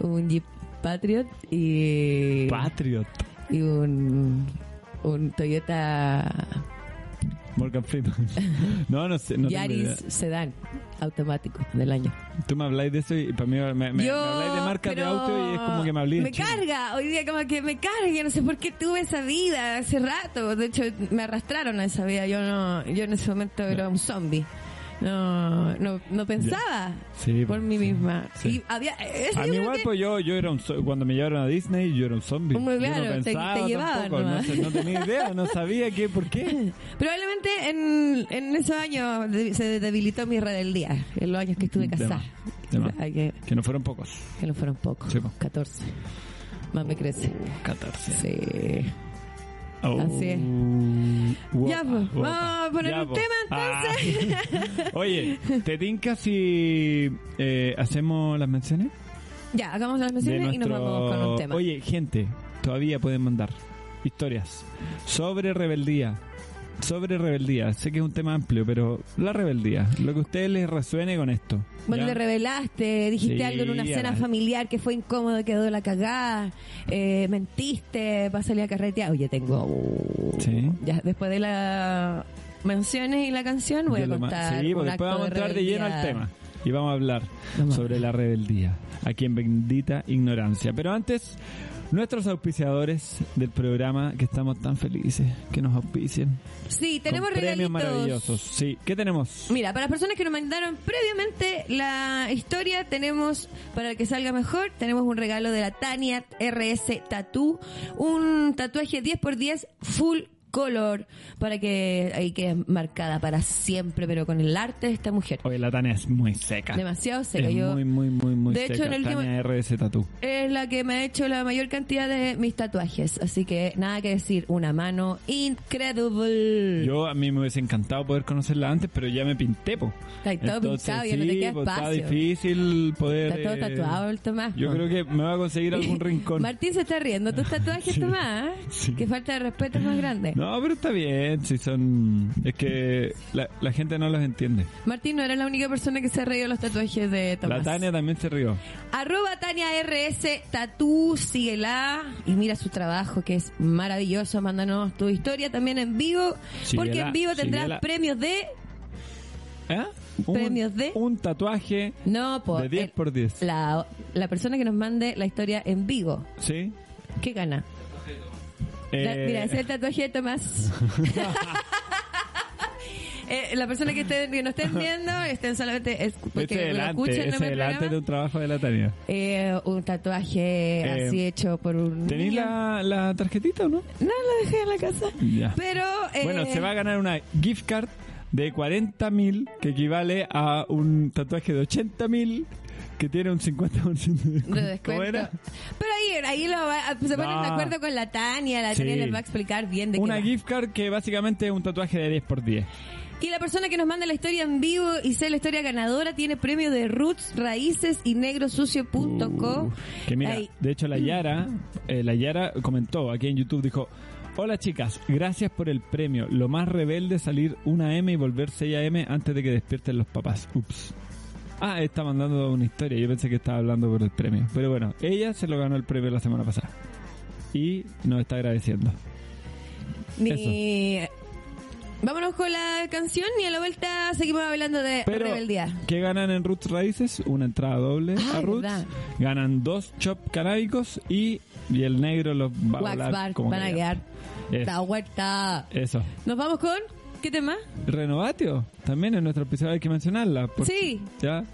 B: Un Jeep Patriot y.
A: Patriot.
B: y un, un Toyota
A: Morgan Freeman. No, no sé. No tengo idea.
B: Yaris Sedan automático del año.
A: Tú me habláis de eso y para mí me, me, me habláis de marcas de
B: pero
A: auto y es como que me hablé.
B: Me carga, hoy día como que me carga, no sé por qué tuve esa vida hace rato. De hecho, me arrastraron a esa vida. Yo no, yo en ese momento era un zombie. No, no, no pensaba
A: Sí,
B: por
A: pues,
B: mí
A: sí,
B: misma.
A: sí.
B: Y había, eh, eso
A: A mí
B: yo creo
A: igual,
B: que-
A: pues yo, yo era un zo- cuando me llevaron a Disney, yo era un zombie.
B: Muy claro,
A: yo
B: te-
A: no
B: te
A: pensaba
B: llevaban
A: tampoco, no,
B: nomás.
A: sé, no tenía idea, no sabía qué, por qué.
B: Probablemente en, en esos años de- se debilitó mi rebeldía, en los años que estuve
A: De
B: casada.
A: más, de más.
B: Hay que-
A: Que no fueron pocos.
B: Que no fueron pocos.
A: Sí, po.
B: 14. Más me crece.
A: 14.
B: Sí.
A: Oh.
B: Así es.
A: Guapa,
B: Ya, pues,
A: guapa.
B: vamos a poner un
A: po.
B: tema,
A: Ah. Oye, ¿te tinca si eh, hacemos las menciones?
B: Ya, hagamos las
A: de
B: menciones y nos
A: nuestro-
B: vamos con un tema.
A: Oye, gente, todavía pueden mandar historias sobre rebeldía. Sobre rebeldía. Sé que es un tema amplio, pero la rebeldía. Lo que a ustedes les resuene con esto.
B: Bueno,
A: ¿ya?
B: te revelaste, dijiste
A: Sí,
B: algo en una cena
A: además.
B: familiar que fue incómodo, quedó la cagada, eh, mentiste, para salir a carretear. Oye, tengo... uh,
A: Sí.
B: Ya, después de las menciones y la canción voy
A: De
B: a
A: lo más-
B: contar
A: Sí,
B: un
A: pues,
B: acto
A: después vamos a entrar de
B: rebeldía.
A: lleno al tema. Y vamos a hablar
B: Vamos.
A: sobre la rebeldía. Aquí en Bendita Ignorancia. Pero antes, nuestros auspiciadores del programa que estamos tan felices que nos auspicien.
B: Sí, tenemos
A: con premios
B: regalitos.
A: maravillosos. Sí, ¿qué tenemos?
B: Mira, para las personas que nos mandaron previamente la historia, tenemos, para el que salga mejor, tenemos un regalo de la Tania RS Tattoo, un tatuaje 10x10 full color, para que ahí quede marcada para siempre, pero con el arte de esta mujer.
A: Oye, la Tania es muy seca.
B: Demasiado seca.
A: Es
B: Yo,
A: muy, muy, muy, muy
B: De
A: seca.
B: hecho, en el último-
A: Tania RS Tatú.
B: es la que me ha hecho la mayor cantidad de mis tatuajes, así que nada que decir, una mano increíble.
A: Yo a mí me hubiese encantado poder conocerla antes, pero ya me pinté, po.
B: Está ahí todo pintado, ya no te
A: sí,
B: queda
A: po, Está
B: espacio.
A: difícil poder...
B: Está todo
A: eh,
B: tatuado el Tomás. pues.
A: Yo
B: ¿no?
A: creo que me va a conseguir algún rincón.
B: Martín se está riendo. Tus tatuajes,
A: Sí,
B: Tomás. ¿eh?
A: sí.
B: Qué falta de respeto más grande.
A: No, pero está bien, si son... Es que la, la gente no los entiende.
B: Martín no era la única persona que se reía de los tatuajes de Tomás.
A: La Tania también se rió.
B: Arroba Tania RS Tatú, síguela y mira su trabajo que es maravilloso. Mándanos tu historia también en vivo,
A: Síguela,
B: porque en vivo tendrás
A: síguela.
B: premios de.
A: ¿Eh?
B: Premios de-
A: Un tatuaje
B: No, por.
A: de 10 por 10.
B: La, la persona que nos mande la historia en vivo.
A: ¿Sí?
B: ¿Qué gana? La-
A: Eh,
B: mira, ese es el tatuaje de Tomás. Eh, la persona que, esté, que nos estén viendo, estén solamente es, porque
A: ese
B: lo
A: delante,
B: escuchen
A: ese
B: en el
A: delante
B: programa.
A: de un trabajo de la Tania.
B: Eh, un tatuaje
A: Eh,
B: así hecho por un.
A: ¿Tenéis
B: niño.
A: la, la tarjetita o no?
B: No, lo dejé en la casa.
A: Ya.
B: Pero. eh,
A: Bueno, se va a ganar una gift card de 40.000 que equivale a un tatuaje de 80.000 que tiene un 50% de descuento.
B: De descuento.
A: ¿Cómo era?
B: Pero ahí, ahí lo va- se ponen
A: No.
B: de acuerdo con la Tania. La
A: Sí.
B: Tania les va a explicar bien de qué
A: Una
B: va.
A: gift card que básicamente es un tatuaje de 10 por 10.
B: Y la persona que nos manda la historia en vivo y sea la historia ganadora tiene premio de Roots, Raíces y Negrosucio.co.
A: Uh, que mira,
B: Ahí.
A: de hecho la Yara, eh, la Yara comentó aquí en YouTube, dijo, hola chicas, gracias por el premio. Lo más rebelde es salir una M y volver 6 AM antes de que despierten los papás. Ups. Ah, está mandando una historia. Yo pensé que estaba hablando por el premio. Pero bueno, ella se lo ganó el premio la semana pasada. Y nos está agradeciendo.
B: Ni- Vámonos con la canción y a la vuelta seguimos hablando de
A: Pero,
B: rebeldía.
A: ¿qué ganan en Roots Raíces? Una entrada doble
B: Ah,
A: a Roots.
B: verdad.
A: Ganan dos chop canábicos y, y el negro los va a
B: Wax
A: volar
B: Bar,
A: como
B: van a
A: que-
B: quedar.
A: Es-
B: La vuelta.
A: Eso.
B: Nos vamos con. ¿Qué tema?
A: Renovatio, también en nuestro episodio hay que mencionarla. porque
B: Sí.
A: Ya.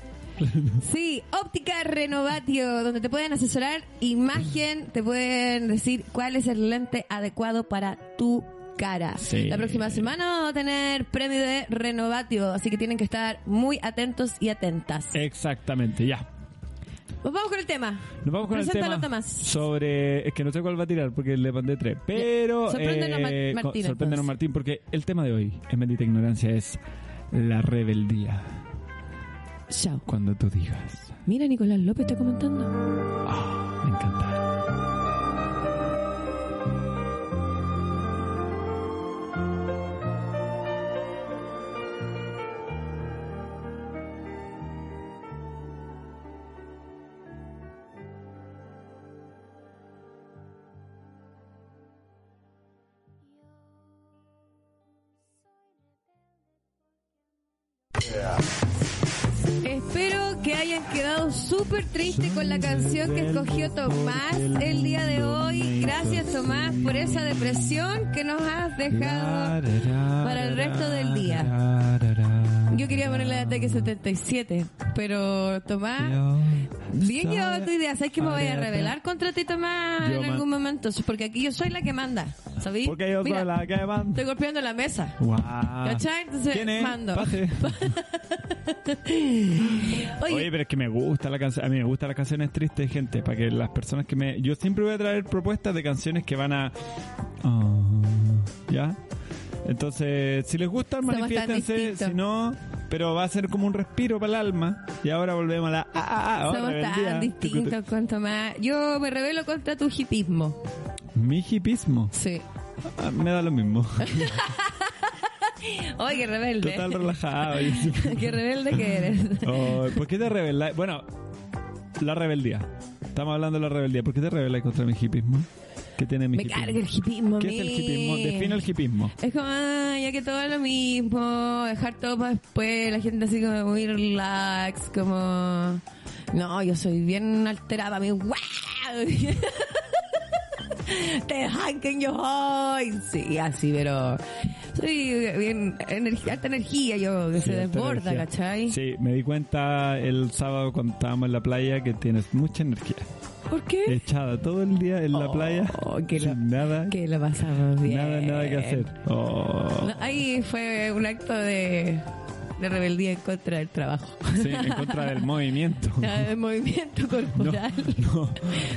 B: Sí, Óptica Renovatio, donde te pueden asesorar imagen, te pueden decir cuál es el lente adecuado para tu cara.
A: Sí.
B: La próxima semana vamos a tener premio de Renovatio, así que tienen que estar muy atentos y atentas.
A: Eh. Exactamente, ya.
B: Nos vamos con el tema.
A: Nos vamos con
B: Preséntalo,
A: el tema
B: Tomás.
A: sobre... Es que no sé cuál va a tirar porque le mandé tres, pero...
B: Sorpréndenos,
A: eh,
B: Mar- pues.
A: co-
B: Martín,
A: sorpréndenos,
B: entonces.
A: Martín, porque el tema de hoy en Bendita Ignorancia es la rebeldía.
B: Chao.
A: Cuando tú digas,
B: Mira, Nicolás López está comentando.
A: ah, me encanta.
B: Espero que hayan quedado súper tristes con la canción que escogió Tomás el día de hoy. Gracias Tomás por esa depresión que nos has dejado.
A: para
B: el resto del día. Yo quería ponerle ataque 77, pero Tomás... Bien llevado tu idea, ¿sabes que me voy a rebelar contra ti Tomás
A: Yo
B: en
A: man-
B: algún momento? Porque aquí yo soy la que manda, ¿sabes?
A: Porque yo soy la que manda.
B: Estoy golpeando la mesa.
A: Wow.
B: ¿Cachai? Entonces,
A: ¿Quién es?
B: mando.
A: Pase.
B: Oye,
A: Oye, pero es que me gusta la canción. A mí me gustan las canciones tristes, gente. Para que las personas que me. Yo siempre voy a traer propuestas de canciones que van a. Ah, ¿Ya? Entonces, si les gustan,
B: Somos tan
A: manifiéstense.
B: distintos.
A: Si no, pero va a ser como un respiro para el alma. Y ahora volvemos a la. Ah, ah, ah, oh,
B: somos
A: rebeldía.
B: tan distintos con Tomás. Yo me rebelo contra tu hipismo.
A: Mi hipismo.
B: Sí.
A: Ah, me da lo mismo.
B: Oye, qué rebelde.
A: Total relajado. y-
B: qué rebelde que eres.
A: Oh, ¿Por qué te rebelas? Bueno, la rebeldía. Estamos hablando de la rebeldía. ¿Por qué te rebelas contra mi hipismo? ¿Qué tiene mi
B: Me
A: hipismo?
B: carga el hipismo.
A: ¿Qué
B: a
A: es el
B: mí.
A: hipismo? Define el hipismo.
B: Es como, ah, ya que todo es lo mismo, dejar todo para después, la gente así como muy relax, como... No, yo soy bien alterada, mi wow. Te hanken yo hoy. Sí, así, pero... Soy bien energi- alta energía, yo, que se
A: Sí, esta
B: desborda,
A: energía.
B: ¿cachai?
A: Sí, me di cuenta el sábado cuando estábamos en la playa que tienes mucha energía.
B: ¿Por qué?
A: Echada todo el día en la
B: Oh,
A: playa.
B: que lo-
A: sin nada,
B: Que lo pasamos bien.
A: nada, nada que hacer. Oh.
B: No, ahí fue un acto de, de rebeldía en contra del trabajo.
A: Sí, en contra del movimiento.
B: El movimiento
A: No,
B: corporal.
A: no.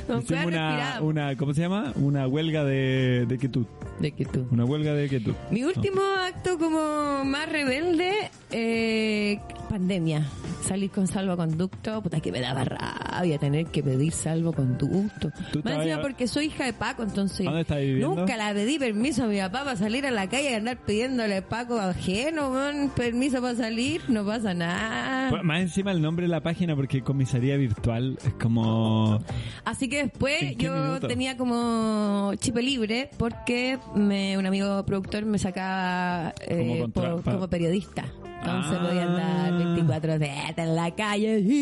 B: Con
A: Hicimos
B: cada
A: una,
B: respirada.
A: una, ¿cómo se llama? Una huelga de, de quietud.
B: De que tú.
A: Una huelga de quietud.
B: Mi último acto como más rebelde, eh, pandemia. Salir con salvoconducto, puta que me daba rabia tener que pedir salvoconducto.
A: Tú
B: Más encima
A: estabas-
B: porque soy hija de Paco, entonces
A: ¿Dónde estás viviendo?
B: nunca la pedí permiso a mi papá para salir a la calle y andar pidiéndole a Paco ajeno, weón, permiso para salir, no pasa nada.
A: Pues, Más encima el nombre de la página porque comisaría virtual es como...
B: Así que
A: ¿En
B: después
A: qué
B: yo
A: minuto?
B: tenía como chip libre porque me, un amigo productor me sacaba eh,
A: Como contra-
B: por-
A: pa-
B: como periodista. Entonces
A: Ah.
B: podía andar 24 horas en la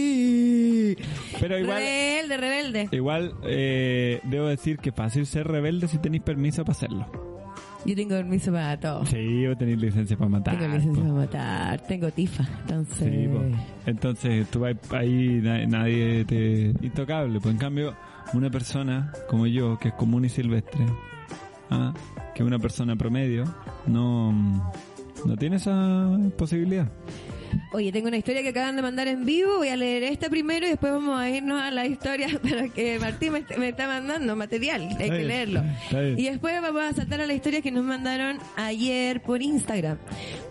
B: calle.
A: Pero igual...
B: Rebelde, rebelde.
A: Igual eh, debo decir que fácil ser rebelde si tenéis permiso para hacerlo.
B: Yo tengo permiso para todo.
A: Sí, o tenéis licencia para matar.
B: tengo licencia
A: po.
B: para matar. Tengo tifa. Entonces...
A: Sí, po. Entonces tú vas ahí, na- nadie te... Intocable, pues en cambio una persona como yo, que es común y silvestre, ah, que es una persona promedio, no, no tiene esa posibilidad.
B: Oye, tengo una historia que acaban de mandar en vivo. Voy a leer esta primero y después vamos a irnos a la historia para que Martín me, est- me está mandando material. Hay que
A: bien,
B: leerlo.
A: está bien.
B: Y después vamos a saltar a la historia que nos mandaron ayer por Instagram.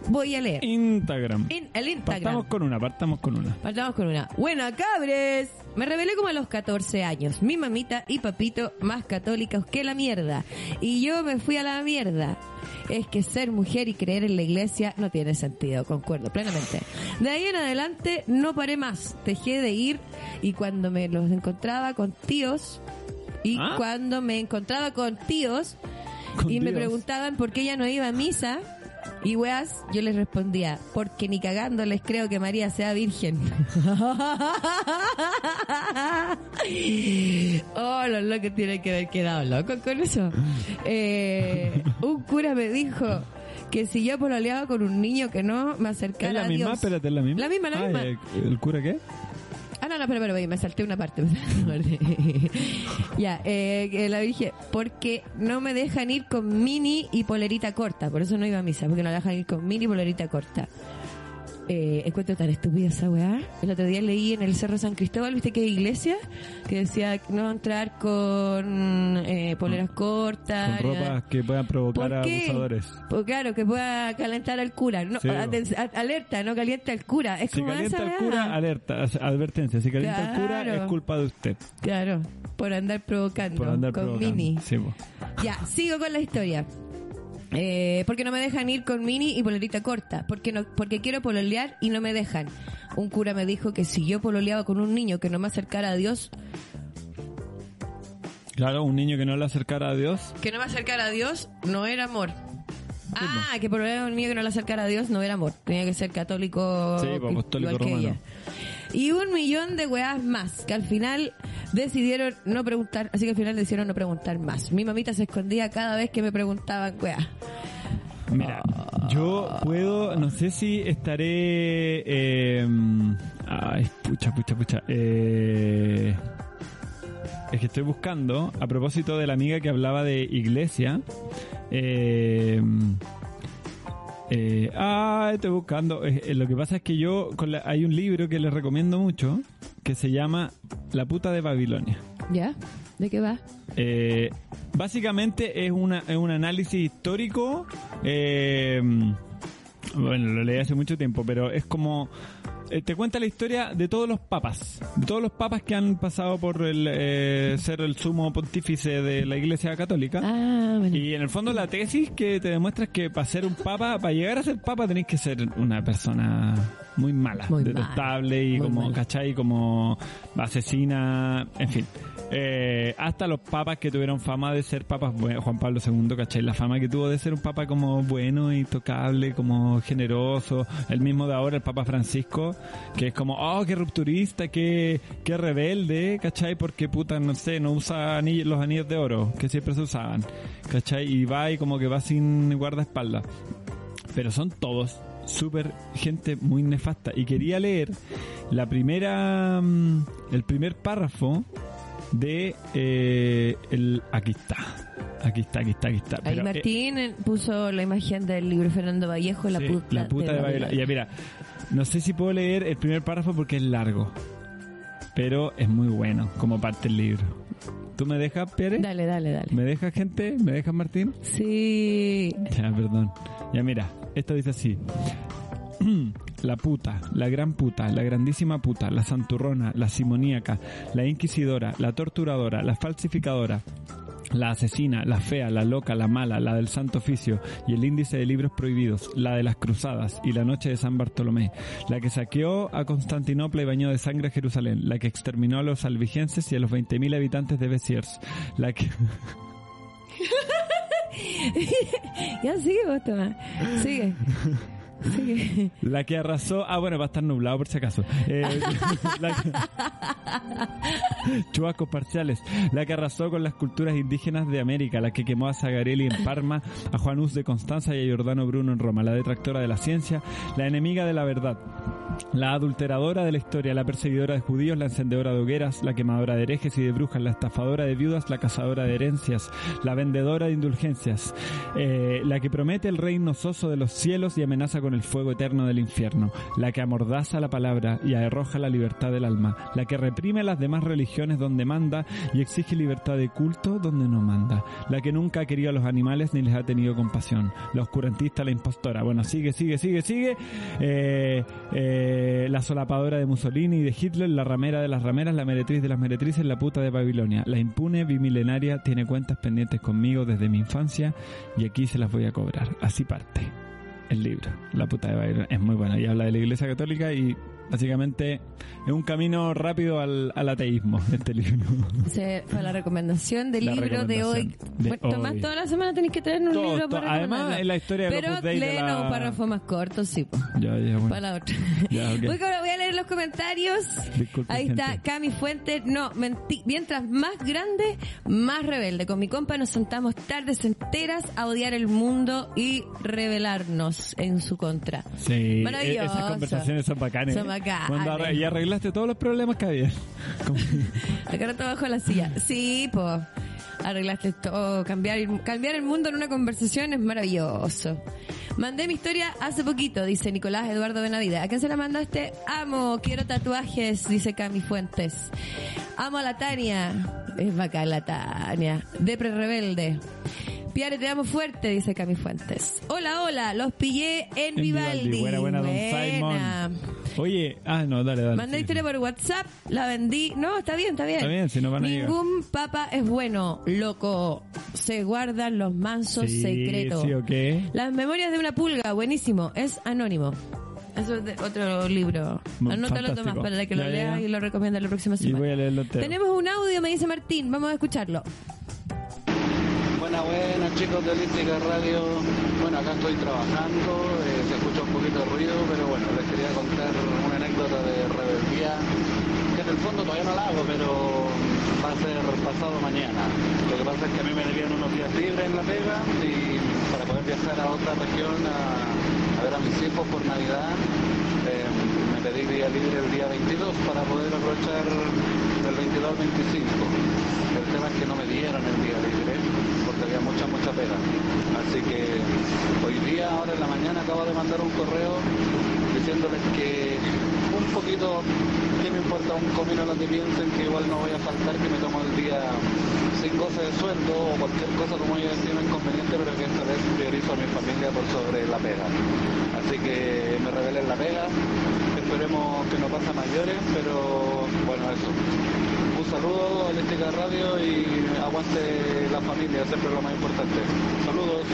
B: Voy a leer.
A: Instagram.
B: En el Instagram.
A: Partamos con una, partamos con una.
B: Partamos con una. Buena, cabres. Me rebelé como a los 14 años. Mi mamita y papito más católicos que la mierda. Y yo me fui a la mierda. Es que ser mujer y creer en la iglesia no tiene sentido, concuerdo plenamente. De ahí en adelante no paré más. Dejé de ir y cuando me los encontraba con tíos, y
A: ¿Ah?
B: cuando me encontraba con tíos,
A: Con
B: y me
A: Dios.
B: preguntaban por qué ella no iba a misa y weas, yo les respondía, porque ni cagando les creo que María sea virgen. oh, los locos tienen que haber quedado locos con eso. Eh, un cura me dijo que si yo pololeaba con un niño que no me acercara
A: ¿Es la
B: a
A: misma?
B: Dios.
A: Espérate, ¿es la misma?
B: La misma, la
A: Ah,
B: misma.
A: eh, ¿El cura qué?
B: Ah, no, no, pero, pero, oye, me salté una parte. ya, eh, que la Virgen, porque no me dejan ir con mini y polerita corta, por eso no iba a misa, porque no la dejan ir con mini y polerita corta. Eh, encuentro tan estúpida esa weá. El otro día leí en el Cerro San Cristóbal, viste que hay iglesia, que decía no entrar con eh, poleras cortas.
A: Con ropas que puedan provocar
B: Ah, ¿Por
A: a
B: qué?
A: abusadores.
B: Pues claro, que pueda calentar al cura. No,
A: Sí, bo.
B: aten- a- alerta, no calienta al cura. Es
A: Si
B: como
A: calienta
B: esa
A: el
B: weá.
A: cura, alerta, as- advertencia. Si calienta el cura,
B: Claro.
A: es culpa de usted
B: Claro, por andar provocando
A: por andar
B: con
A: provocando.
B: Mini.
A: Sí, po.
B: Ya, sigo con la historia. Eh, porque no me dejan ir con mini y polerita corta. Porque no, porque quiero pololear y no me dejan. Un cura me dijo que si yo pololeaba con un niño que no me acercara a Dios,
A: Claro, un niño que no le acercara a Dios.
B: que no me acercara a Dios no era amor. Ah, que pololear con un niño que no le acercara a Dios no era amor. Tenía que ser católico,
A: Sí, pues, apostólico
B: igual que
A: romano.
B: ella. Y un millón de weas más, que al final decidieron no preguntar, así que al final decidieron no preguntar más. Mi mamita se escondía cada vez que me preguntaban weas.
A: Mira, yo puedo, no sé si estaré. eh, ay, pucha, pucha, pucha. eh, es que estoy buscando, a propósito de la amiga que hablaba de iglesia. eh, eh, ah, estoy buscando. Eh, eh, lo que pasa es que yo, con la- hay un libro que les recomiendo mucho que se llama La puta de Babilonia.
B: ¿Ya? ¿De qué va?
A: Eh, básicamente es, una, es un análisis histórico. eh, bueno, lo leí hace mucho tiempo, pero es como. eh, Te cuenta la historia de todos los papas, de todos los papas que han pasado por el, eh, ser el sumo pontífice de la Iglesia Católica.
B: Ah, bueno.
A: Y en el fondo la tesis que te demuestra es que para ser un papa, para llegar a ser papa tenés que ser una persona muy mala,
B: Muy mala,
A: detestable y
B: muy
A: como,
B: mala.
A: ¿cachai? Como asesina, en fin. Eh, hasta los papas que tuvieron fama de ser papas, buen- Juan Pablo II, ¿cachai? La fama que tuvo de ser un papa como bueno, intocable, como generoso. El mismo de ahora, el Papa Francisco, que es como, oh, qué rupturista, qué, qué rebelde, ¿cachai? Porque puta, no sé, no usa anillos- los anillos de oro, que siempre se usaban, ¿cachai? Y va y como que va sin guardaespaldas pero son todos súper gente muy nefasta. Y quería leer la primera, mm, el primer párrafo de eh, el, aquí está, aquí está, aquí está, aquí está.
B: Ahí
A: Pero, eh,
B: Martín eh, puso la imagen del libro Fernando Vallejo, La
A: sí,
B: puta,
A: la puta de Babilonia. Ya mira, no sé si puedo leer el primer párrafo porque es largo, pero es muy bueno como parte del libro. ¿Tú me dejas, Pérez?
B: Dale, dale, dale.
A: ¿Me dejas, gente? ¿Me dejas, Martín?
B: Sí.
A: Ya, perdón. Ya mira, esto dice así. La puta, la gran puta, la grandísima puta, la santurrona, la simoníaca, la inquisidora, la torturadora, la falsificadora, la asesina, la fea, la loca, la mala, la del santo oficio y el índice de libros prohibidos, la de las cruzadas y la noche de San Bartolomé, la que saqueó a Constantinopla y bañó de sangre a Jerusalén, la que exterminó a los salvigenses y a los 20.000 habitantes de Besiers, la que...
B: Ya sigue vos, Tomás. Sigue. Sigue.
A: La que arrasó. Ah, bueno, va a estar nublado por si acaso. Eh, la que- chubascos parciales. La que arrasó con las culturas indígenas de América. La que quemó a Zagarelli en Parma, a Juan Hus de Constanza y a Giordano Bruno en Roma. La detractora de la ciencia. La enemiga de la verdad. La adulteradora de la historia, la perseguidora de judíos, la encendedora de hogueras, la quemadora de herejes y de brujas, la estafadora de viudas, la cazadora de herencias, la vendedora de indulgencias, eh, la que promete el reino soso de los cielos y amenaza con el fuego eterno del infierno, la que amordaza la palabra y arroja la libertad del alma, la que reprime las demás religiones donde manda y exige libertad de culto donde no manda, la que nunca ha querido a los animales ni les ha tenido compasión, la oscurantista, la impostora. Bueno, sigue, sigue, sigue, sigue. Eh, eh, la solapadora de Mussolini y de Hitler, la ramera de las rameras, la meretriz de las meretrices, la puta de Babilonia. La impune bimilenaria tiene cuentas pendientes conmigo desde mi infancia y aquí se las voy a cobrar. Así parte el libro, La puta de Babilonia. Es muy bueno y habla de la Iglesia Católica y básicamente es un camino rápido al, al ateísmo este libro.
B: Se- fue la recomendación del
A: La
B: libro de hoy.
A: recomendación de
B: Bueno, Tomás,
A: hoy.
B: toda la semana tenés que traer un
A: Todo,
B: libro
A: todo.
B: para
A: Además,
B: recomendarlo.
A: es la historia del
B: Pero
A: Opus Dei de
B: léenos
A: la-
B: un párrafo más corto, sí, po,
A: Ya, ya, bueno.
B: para la otra.
A: Ya, ok.
B: Voy, con- voy a leer los comentarios.
A: Disculpen,
B: Ahí está
A: gente.
B: Cami Fuentes. No, mentí. Mientras más grande, más rebelde. Con mi compa nos sentamos tardes enteras a odiar el mundo y rebelarnos en su contra.
A: Sí, e-
B: Maravilloso.
A: esas conversaciones son bacanes.
B: Son bacanes.
A: Cuando arre- y arreglaste todos los problemas que había. Como-
B: La cara está bajo la silla. Sí, pues. Arreglaste todo. Cambiar, cambiar el mundo en una conversación es maravilloso. Mandé mi historia hace poquito, dice Nicolás Eduardo Benavida. ¿A quién se la mandaste? Amo, quiero tatuajes, dice Cami Fuentes. Amo a la Tania. Es bacán la Tania. Depre Rebelde. Piare, te amo fuerte, dice Cami Fuentes. Hola, hola, los pillé
A: en
B: en, Vivaldi.
A: Buena, buena, don
B: Buena.
A: Simon. Oye, ah, no, dale, dale.
B: Mandé
A: sí.
B: historia por WhatsApp, la vendí. No, está bien, está bien.
A: Está bien, si no van a llegar.
B: Ningún papa es bueno, loco. Se guardan los mansos
A: Sí,
B: secretos.
A: sí, ok.
B: Las memorias de una pulga, buenísimo. Es anónimo. Eso es de otro libro.
A: Muy
B: Anótalo,
A: fantástico.
B: Tomás, para que lo
A: Ya, ya,
B: leas
A: ya.
B: y lo recomienda la próxima
A: Y
B: semana.
A: voy a leerlo entero.
B: Tenemos un audio, me dice Martín. Vamos a escucharlo.
C: Buenas, buenas chicos de Holística Radio. Bueno, acá estoy trabajando, eh, se escucha un poquito de ruido, pero bueno, les quería contar una anécdota de rebeldía, que en el fondo todavía no la hago, pero va a ser pasado mañana. Lo que pasa es que a mí me debían unos días libres en La Vega y para poder viajar a otra región a, a ver a mis hijos por Navidad, eh, me pedí día libre el día 22 para poder aprovechar del 22 al 25. El tema es que no me dieron el día libre porque había mucha, mucha pega. Así que hoy día, ahora en la mañana, acabo de mandar un correo diciéndoles que un poquito, que me importa un comino lo que piensen, que igual no voy a faltar, que me tomo el día sin goce de sueldo o cualquier cosa como yo decía, no es inconveniente, pero que esta vez priorizo a mi familia por sobre la pega. Así que me revelé en la pega, esperemos que no pase a mayores, pero bueno, eso. Un saludo a Eléctrica Radio y aguante la familia, siempre lo más importante. Saludos.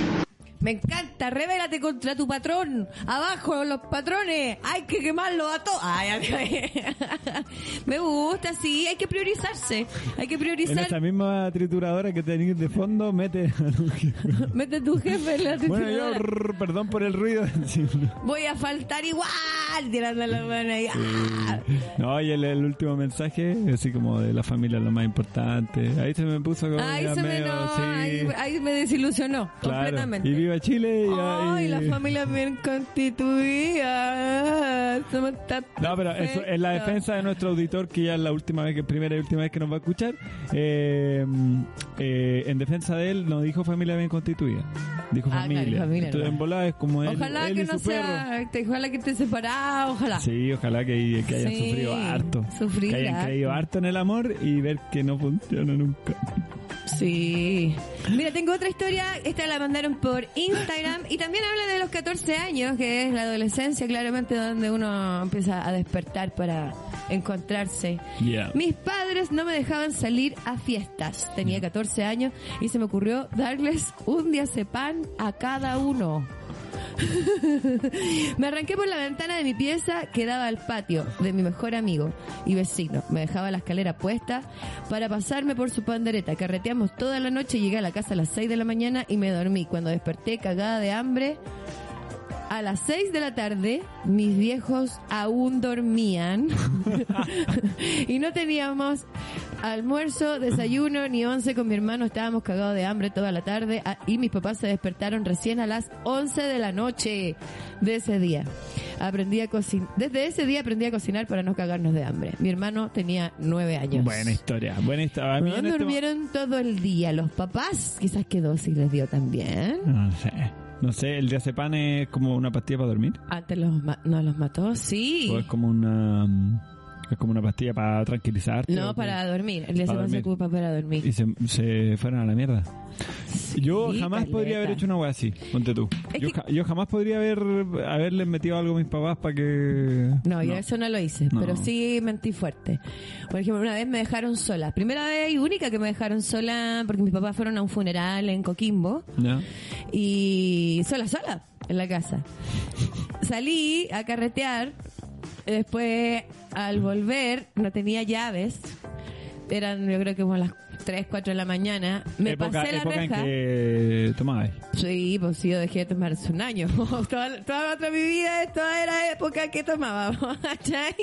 B: Me encanta, revélate contra tu patrón. Abajo los patrones, hay que quemarlos a todos. Ay, a mí- me gusta, sí, hay que priorizarse. Hay que
A: En
B: priorizar.
A: esa misma trituradora que tenéis de fondo, mete.
B: Mete tu jefe en la
A: bueno, yo,
B: trituradora.
A: rrr, perdón por el ruido. Sí.
B: Voy a faltar igual. Tirando la mano ahí. ¡Ah!
A: No, y el, el último mensaje, así como de la familia lo más importante. Ahí se me puso como
B: Ah, Ahí
A: ya
B: se me,
A: medio,
B: no,
A: sí.
B: ahí, ahí me desilusionó
A: Claro.
B: completamente.
A: Y viva Chile. Y,
B: Ay,
A: ahí-
B: la familia bien constituida. Somos tan
A: No, pero eso, en la
B: perfectos.
A: defensa de nuestro auditor, que ya es la última vez, que primera y última vez que nos va a escuchar, eh, eh, en defensa de él no dijo familia bien constituida, dijo
B: Ah, claro,
A: familia.
B: familia,
A: Entonces,
B: ¿no?
A: en volada es como él,
B: Ojalá
A: él
B: que
A: y
B: no
A: su perro.
B: sea, te- ojalá que esté separado, ojalá.
A: Sí, ojalá que, que hayan
B: Sí,
A: sufrido harto.
B: sufrir
A: que hayan
B: harto.
A: creído harto en el amor y ver que no funciona nunca.
B: Sí. Mira, tengo otra historia, esta la mandaron por Instagram y también habla de los 14 años, que es la adolescencia, claramente donde uno empieza a despertar para encontrarse.
A: Yeah.
B: Mis padres no me dejaban salir a fiestas. Tenía 14 años y se me ocurrió darles un día pan a cada uno. me arranqué por la ventana de mi pieza que daba al patio de mi mejor amigo y vecino. Me dejaba la escalera puesta para pasarme por su pandereta. Carreteamos toda la noche, llegué a la casa a las 6 de la mañana y me dormí. Cuando desperté cagada de hambre, a las 6 de la tarde, mis viejos aún dormían y no teníamos almuerzo, desayuno, ni once con mi hermano. Estábamos cagados de hambre toda la tarde ah, y mis papás se despertaron recién a las 11 de la noche de ese día. Aprendí a cocinar. Desde ese día aprendí a cocinar para no cagarnos de hambre. Mi hermano tenía nueve años.
A: Buena historia, buena historia. A mí
B: No
A: en este
B: durmieron todo el día. Los papás, quizás qué dosis les dio también.
A: mo- No sé. No sé, el diazepam es como una pastilla para dormir.
B: Antes los ma- no los mató, sí.
A: O es como una. mm, Es como una pastilla para tranquilizarte. o
B: No,
A: que-
B: para dormir. El día
A: Para
B: se
A: dormir.
B: ocupa para dormir.
A: Y se, se fueron a la mierda. Yo
B: Sí,
A: jamás
B: caleta.
A: podría haber hecho una wea así, ponte tú.
B: Es
A: Yo,
B: que-
A: ja- yo jamás podría haber haberles metido algo a mis papás para que.
B: No, yo eso no lo hice,
A: No.
B: pero sí mentí fuerte. Por ejemplo, una vez me dejaron sola. Primera vez y única que me dejaron sola porque mis papás fueron a un funeral en Coquimbo.
A: ¿Ya?
B: y sola, sola en la casa. Salí a carretear, después al volver no tenía llaves, eran yo creo que como las 3, 4 de la mañana, me
A: época
B: pasé la
A: época
B: reja.
A: en que tomabas.
B: Sí, pues sí, yo dejé de tomar hace un año. toda, toda otra mi vida, toda era época que tomaba, ¿cachai?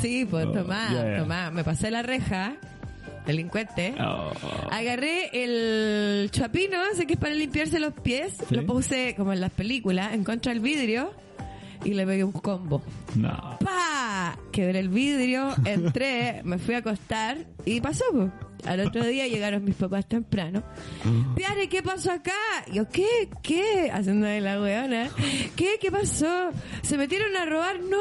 B: sí, pues
A: Oh,
B: tomaba,
A: yeah.
B: tomaba. Me pasé la reja, delincuente.
A: Oh.
B: Ah, Agarré el chapino, ese que es para limpiarse los pies,
A: Sí.
B: lo puse como en las películas, en contra del vidrio y le pegué un combo.
A: No.
B: ¡Pa! Quebré el vidrio, entré, me fui a acostar y pasó. po. Al otro día llegaron mis papás temprano.
A: Mm.
B: Tiare, ¿qué pasó acá? Yo, ¿qué? ¿Qué? Haciendo de la weona. ¿Qué? ¿Qué pasó? ¿Se metieron a robar? No,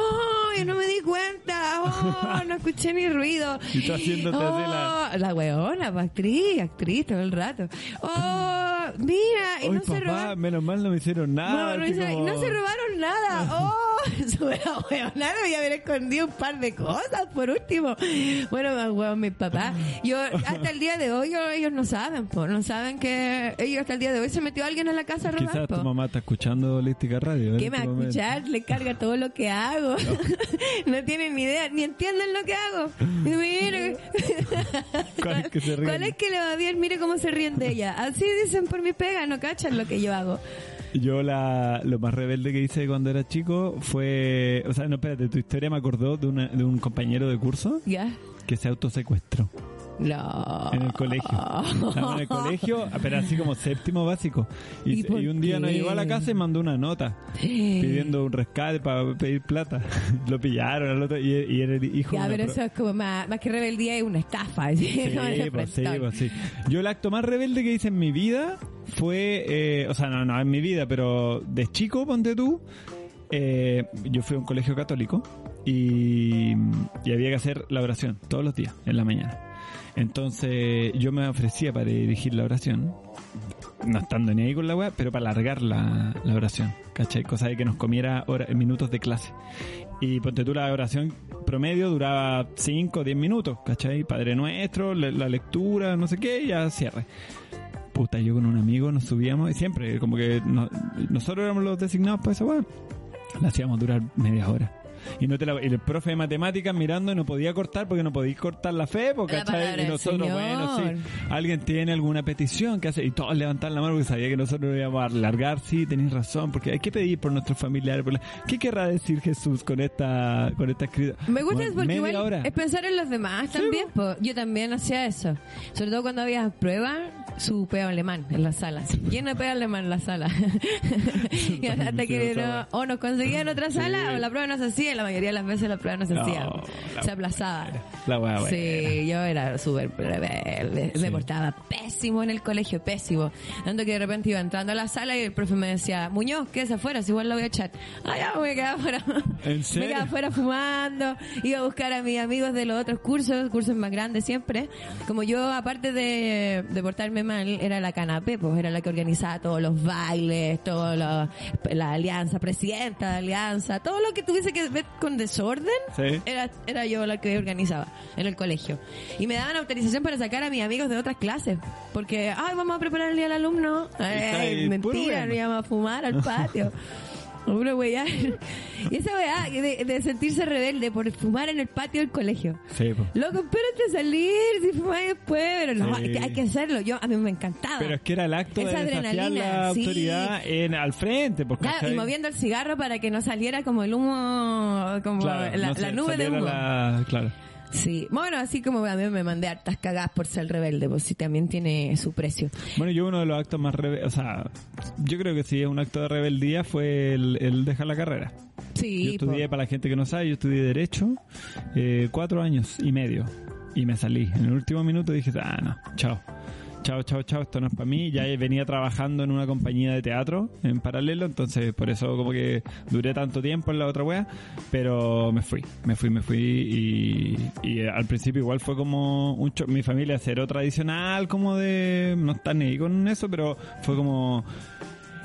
B: yo no me di cuenta. Oh, no escuché ni ruido.
A: Y tú haciéndote así la-
B: Oh, la weona, pa, actriz, actriz todo el rato. Oh, mira, y
A: Hoy,
B: no se robaron.
A: menos mal no me hicieron nada.
B: No, no,
A: así
B: hice-
A: como-
B: no se robaron nada. ¡Oh! Se hubiera hueonado y haber escondido un par de cosas por último. Bueno, más hueón mis papás. Yo, hasta el día de hoy, yo- ellos no saben, po. No saben que ellos hasta el día de hoy se metió alguien a la casa a robar,
A: Quizás tu
B: po.
A: mamá está escuchando Holística Radio. en
B: ¿Qué me va
A: este
B: a
A: momento.
B: escuchar? Le carga todo lo que hago. No, tienen ni idea, ni entienden lo que hago. Y mire,
A: ¿Cuál es que se ríe?
B: ¿Cuál es que le va bien? Mire cómo se ríen de ella. Así dicen por mi pega, no cachan lo que yo hago.
A: Yo la, lo más rebelde que hice cuando era chico fue... O sea, no, espérate, tu historia me acordó de, una- de un compañero de curso
B: ¿Ya?
A: que se autosecuestró
B: No.
A: en el colegio. Estaba en el colegio, pero así como séptimo básico.
B: ¿Y
A: Y, se-
B: por
A: y un día no
B: qué?
A: llegó a la casa y mandó una nota pidiendo un rescate para pedir plata. Lo pillaron al otro y, y era el hijo de
B: Ya,
A: una
B: pero
A: pro-
B: eso es como más, más que rebeldía es una estafa. ¿sí? Como
A: Sí,
B: de
A: pues, sí,
B: frentón.
A: pues, sí. Yo el acto más rebelde que hice en mi vida fue, eh, o sea, no, no en mi vida, pero de chico, ponte tú, eh, yo fui a un colegio católico y, y había que hacer la oración todos los días, en la mañana. Entonces yo me ofrecía para dirigir la oración, no estando ni ahí con la weá, pero para alargar la, la oración, ¿cachai? Cosa de que nos comiera hora- minutos de clase. Y ponte tú la oración promedio duraba 5 o 10 minutos, ¿cachai? Padre nuestro, le- la, lectura, no sé qué, y ya cierre. Puta, yo con un amigo nos subíamos y siempre, como que no- nosotros éramos los designados para esa weá. La hacíamos durar media hora. Y no te la- y el profe de matemáticas mirando y no podía cortar porque no podía cortar la fe, porque
B: La palabra
A: ¿cachai? Y
B: del
A: nosotros,
B: Señor.
A: bueno, sí. ¿Alguien tiene alguna petición que hace? Y todos levantaron la mano porque sabía que nosotros lo íbamos a alargar. Sí, tenéis razón, porque hay que pedir por nuestros familiares. por la- ¿Qué querrá decir Jesús con esta, con esta escrita?
B: Me gusta
A: Bueno,
B: es porque
A: media
B: igual
A: hora. pues.
B: es pensar en los demás también. po. Yo también hacía eso. Sobre todo cuando había pruebas, su peo alemán en las salas. Lleno de peo alemán en la sala. Y hasta que no- o nos conseguían otra sala o la prueba no se hacía. y La mayoría de las veces la prueba no se
A: No,
B: hacía.
A: la
B: se aplazaba.
A: La weá, weá.
B: Sí, yo era súper rebelde.
A: Sí.
B: Me portaba pésimo en el colegio, pésimo. Tanto que de repente iba entrando a la sala y el profe me decía, Muñoz, quédese afuera, si igual lo voy a echar. Ah, ya, me quedaba afuera.
A: ¿En
B: Me
A: serio?
B: quedaba afuera fumando. Iba a buscar a mis amigos de los otros cursos, cursos más grandes siempre. Como yo, aparte de, de portarme mal, era la canapé, pues era la que organizaba todos los bailes, todos los, la alianza, presidenta de alianza, todo lo que tuviese que ver con desorden
A: Sí.
B: era, era yo la que organizaba en el colegio. Y me daban autorización para sacar a mis amigos de otras clases. Porque, ay, vamos a prepararle al alumno.
A: está
B: Ay,
A: ahí, puro
B: mentira,
A: weón.
B: no íbamos a fumar al patio. Puro weyar. Y esa weá de, de sentirse rebelde por fumar en el patio del colegio.
A: Sí, po.
B: Loco, espérate a salir, si fumáis después, pero no,
A: Sí.
B: hay que- hay que hacerlo. Yo, a mí me encantaba.
A: Pero es que era el acto
B: Esa
A: de desafiar la
B: adrenalina, sí.
A: autoridad en, al frente. pues, Porque,
B: Claro, y moviendo el cigarro para que no saliera como el humo, como la, la nube de humo.
A: claro.
B: Sí, bueno, así como a mí me mandé hartas cagadas por ser rebelde, pues sí, también tiene su precio.
A: Bueno, yo uno de los actos más rebeldes, o sea, yo creo que sí, un acto de rebeldía fue el, el dejar la carrera.
B: Sí,
A: yo estudié,
B: po.
A: para la gente que no sabe, yo estudié Derecho eh, cuatro años y medio y me salí. En el último minuto dije, ah, no, chao. Chao, chao, chao, esto no es para mí. Ya venía trabajando en una compañía de teatro en paralelo, entonces por eso como que duré tanto tiempo en la otra wea, pero me fui, me fui, me fui y, y al principio igual fue como un cho- mi familia cero tradicional, como de, no están ni ahí con eso, pero fue como,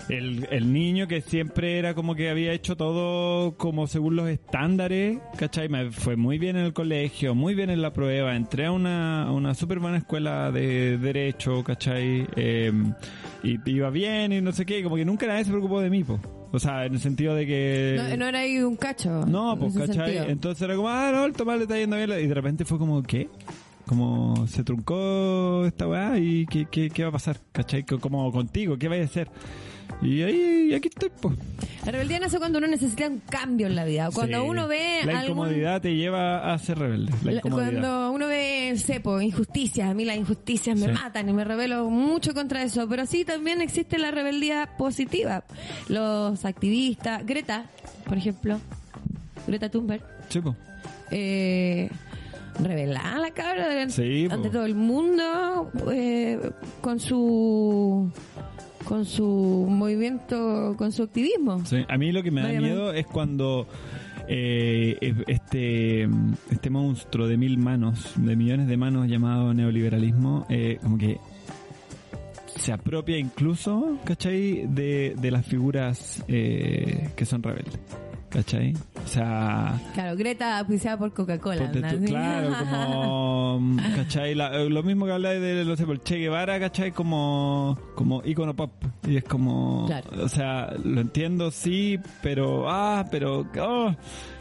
A: el, el niño que siempre era como que había hecho todo como según los estándares, ¿cachai? Me fue muy bien en el colegio, muy bien en la prueba, entré a una, a una súper buena escuela de derecho, ¿cachai? Eh, y iba bien y no sé qué, y como que nunca nadie se preocupó de mí, po. O sea, en el sentido de que...
B: No, no era ahí un cacho.
A: No,
B: en
A: pues,
B: ese
A: ¿cachai?
B: sentido.
A: Entonces era como, ah, no, el Tomás le está yendo bien. Y de repente fue como, ¿qué? Como se truncó esta weá y ¿qué, qué, qué va a pasar? ¿Cachai? Co- Como contigo, ¿qué vaya a hacer? Y ahí, y aquí estoy, pues.
B: La rebeldía nace cuando uno necesita un cambio en la vida. o Cuando
A: Sí.
B: uno ve
A: La
B: algún-
A: incomodidad te lleva a ser rebelde. La
B: La-
A: incomodidad.
B: Cuando uno ve, sepo, injusticias, a mí las injusticias me
A: Sí.
B: matan y me rebelo mucho contra eso, pero sí también existe la rebeldía positiva. Los activistas, Greta, por ejemplo, Greta Thunberg,
A: Sí, pues. po.
B: eh, revelada la cabra de-
A: Sí, po.
B: ante todo el mundo eh, con su con su movimiento, con su activismo.
A: Sí, A mí lo que me da
B: Obviamente.
A: miedo es cuando eh, es- este, este monstruo de mil manos, de millones de manos llamado neoliberalismo, eh, como que se apropia incluso, ¿cachai? De, de las figuras eh, que son rebeldes, ¿cachai? O sea,
B: Claro, Greta auspiciada por Coca-Cola.
A: Ponte tú,
B: ¿no?
A: claro, como, mm, ¿cachai? La- eh, lo mismo que habláis de, lo sé, por Che Guevara, ¿cachai? Como, como ícono pop. Y es como,
B: Claro.
A: o sea, lo entiendo, sí, pero, ah, pero, oh.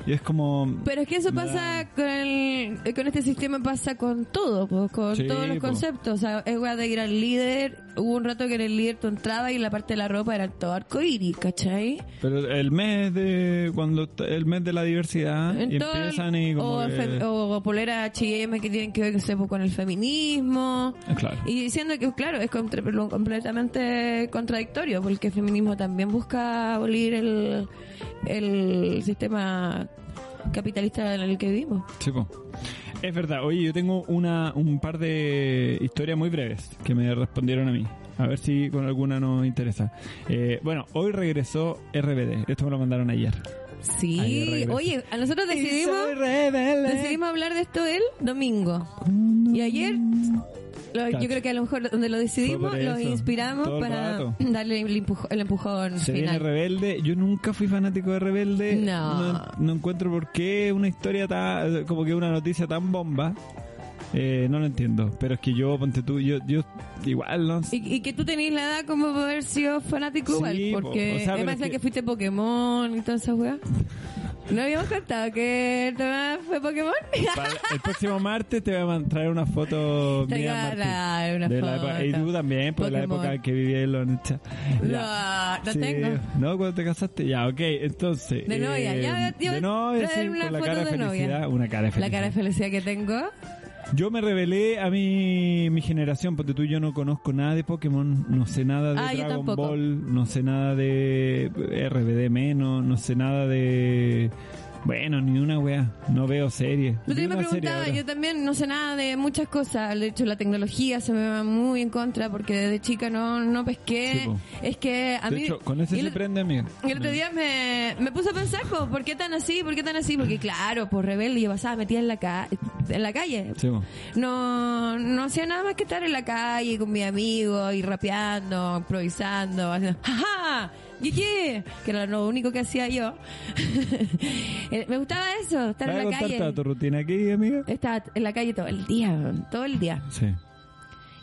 A: Y es como,
B: Pero es que eso
A: Me
B: pasa con el- eh, con este sistema pasa con todo, po, con
A: Sí,
B: todos los
A: po.
B: conceptos. O sea, es weá de ir al líder. Hubo un rato que en el líder tú entrabas y la parte de la ropa era todo arcoíris, ¿cachai?
A: pero el mes de, cuando, t- el mes de la diversidad, Ah, y
B: En todo el-
A: empiezan y como
B: o,
A: que-
B: fe- o polera H&M que tienen que ver no sé, po, con el feminismo.
A: Eh, claro.
B: Y diciendo que, claro, es contra- lo completamente contradictorio, porque el feminismo también busca abolir el, el sistema capitalista en el que vivimos.
A: Sí, po. Es verdad. Oye, yo tengo una, un par de historias muy breves que me respondieron a mí. A ver si con alguna nos interesa. Eh, bueno, hoy regresó RBD. Esto me lo mandaron ayer. Ahí
B: Sí,
A: regresa.
B: oye, a nosotros decidimos,
A: Soy rebelde.
B: decidimos hablar de esto el domingo. Y ayer, lo-
A: Cacho.
B: yo creo que a lo mejor donde lo decidimos,
A: Fue por
B: los
A: eso.
B: inspiramos
A: Todo el
B: para
A: rato.
B: darle el, empujo- el empujón
A: Se viene
B: final.
A: rebelde. Yo nunca fui fanático de rebelde.
B: No.
A: No, no encuentro por qué una historia tan. como que una noticia tan bomba. Eh, no lo entiendo. Pero es que yo, ponte tú, yo, yo igual, no sé.
B: Y, y que tú tenías la edad como para haber sido fanático
A: Sí,
B: igual,
A: po,
B: porque
A: o sea,
B: me
A: pero
B: parece
A: es que-
B: que... fuiste Pokémon y todas esas weas. ¿No habíamos contado que el Tomás fue Pokémon?
A: Para- el próximo martes te voy a man- traer una foto
B: Te
A: mía,
B: voy a
A: Martín.
B: traer una
A: De la época-
B: foto.
A: y tú también, por la
B: Pokémon.
A: época que viví en los noches.
B: No, no tengo.
A: No, cuando te casaste, ya, ok, entonces. eh,
B: De novia, ya, yo-
A: De novia, sí,
B: traer una
A: con la
B: foto
A: cara de
B: de novia.
A: felicidad. Una cara de
B: La
A: felicidad.
B: cara de felicidad que tengo.
A: Yo me revelé a mi, mi generación, porque tú y yo no conozco nada de Pokémon, no sé nada de
B: Ah, yo
A: Dragon
B: tampoco.
A: Ball, no sé nada de RBD menos, no sé nada de... Bueno, ni una weá, no veo series.
B: Lo
A: Vi
B: que me
A: una serie
B: preguntaba,
A: ahora.
B: yo también no sé nada de muchas cosas. De hecho, la tecnología se me va muy en contra porque desde chica no, no pesqué.
A: Sí, po.
B: es que a
A: De
B: mí.
A: hecho, con ese
B: y
A: se
B: el-
A: prende, amigo.
B: y el otro día me, me puse a pensar, po, ¿por qué tan así? ¿Por qué tan así? Porque claro, por rebelde yo pasaba metida en la, ca- en la calle.
A: Sí, po.
B: No, no hacía nada más que estar en la calle con mis amigos y rapeando, improvisando, haciendo ¡jaja! ye, ye", Que era lo único que hacía yo. Eh, me gustaba eso, estar
A: ¿Vas a
B: en la
A: contar
B: calle. ¿eh?
A: toda tu rutina aquí, amiga?
B: Estaba en la calle todo el día, weón, todo el día.
A: Sí.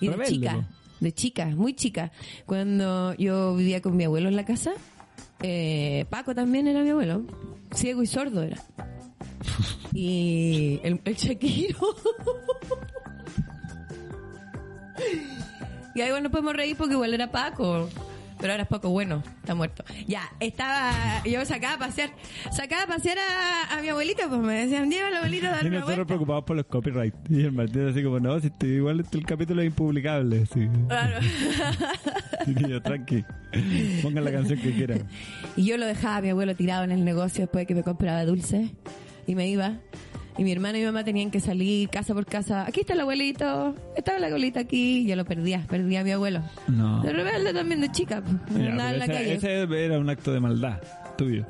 B: Y de
A: Rebelde,
B: chica, de chica, muy chica. Cuando yo vivía con mi abuelo en la casa, eh, Paco también era mi abuelo, ciego y sordo era. Y el, el Shakiro. Y ahí bueno, nos podemos reír porque igual era Paco. pero ahora es poco bueno, está muerto. Ya, estaba, yo sacaba a pasear, sacaba a pasear a, a mi abuelita, pues me decían, llévalo abuelito a dar
A: Y
B: una
A: nosotros
B: vuelta.
A: preocupados por los copyrights. Y el Martín así como, no, si estoy igual este- el capítulo es impublicable. Sí.
B: Claro.
A: Así que yo, tranqui. Pongan la canción que quieran.
B: Y yo lo dejaba a mi abuelo tirado en el negocio después de que me compraba dulces y me iba. Y mi hermano y mi mamá tenían que salir casa por casa. Aquí está el abuelito, estaba la abuelita aquí. Y yo lo perdía, perdía a mi abuelo.
A: No.
B: De rebelde también de chica, pues,
A: Ah. Ya,
B: andaba
A: pero
B: en la
A: ese-
B: calle.
A: ese era un acto de maldad tuyo.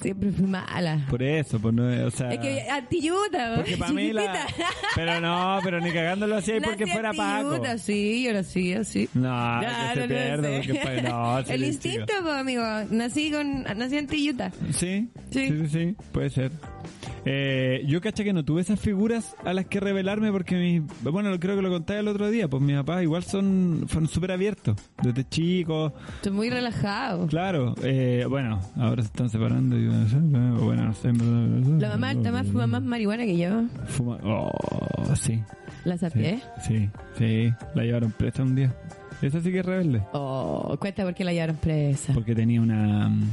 B: Siempre fui mala.
A: Por eso, pues no, es- o sea...
B: Es que antiyuta,
A: Porque para mí la...
B: chiquitita.
A: Pero no, pero ni cagándolo así
B: Nací
A: porque fuera Paco.
B: antiyuta, Sí, yo nací así.
A: No,
B: Ya,
A: que se
B: no lo sé.
A: pierde porque pa- no, sí,
B: El
A: sí,
B: instinto, pues, amigo. Nací con, nací antiyuta.
A: Sí, sí,
B: Sí.
A: sí, sí, puede ser. Eh, yo caché que no tuve esas figuras a las que revelarme porque mis, bueno, lo- creo que lo conté el otro día, pues mis papás igual son fueron súper abiertos desde chicos.
B: Estoy muy relajado.
A: Claro, eh, bueno, ahora se están separando y bueno, no sé. en verdad-
B: La mamá del Tamás fuma más marihuana que yo.
A: Fuma- oh, sí.
B: La
A: Sí,
B: sapié.
A: sí, sí, la llevaron presa un día. Esa sí que es rebelde.
B: Oh, cuenta por qué la llevaron presa.
A: Porque tenía una, mm,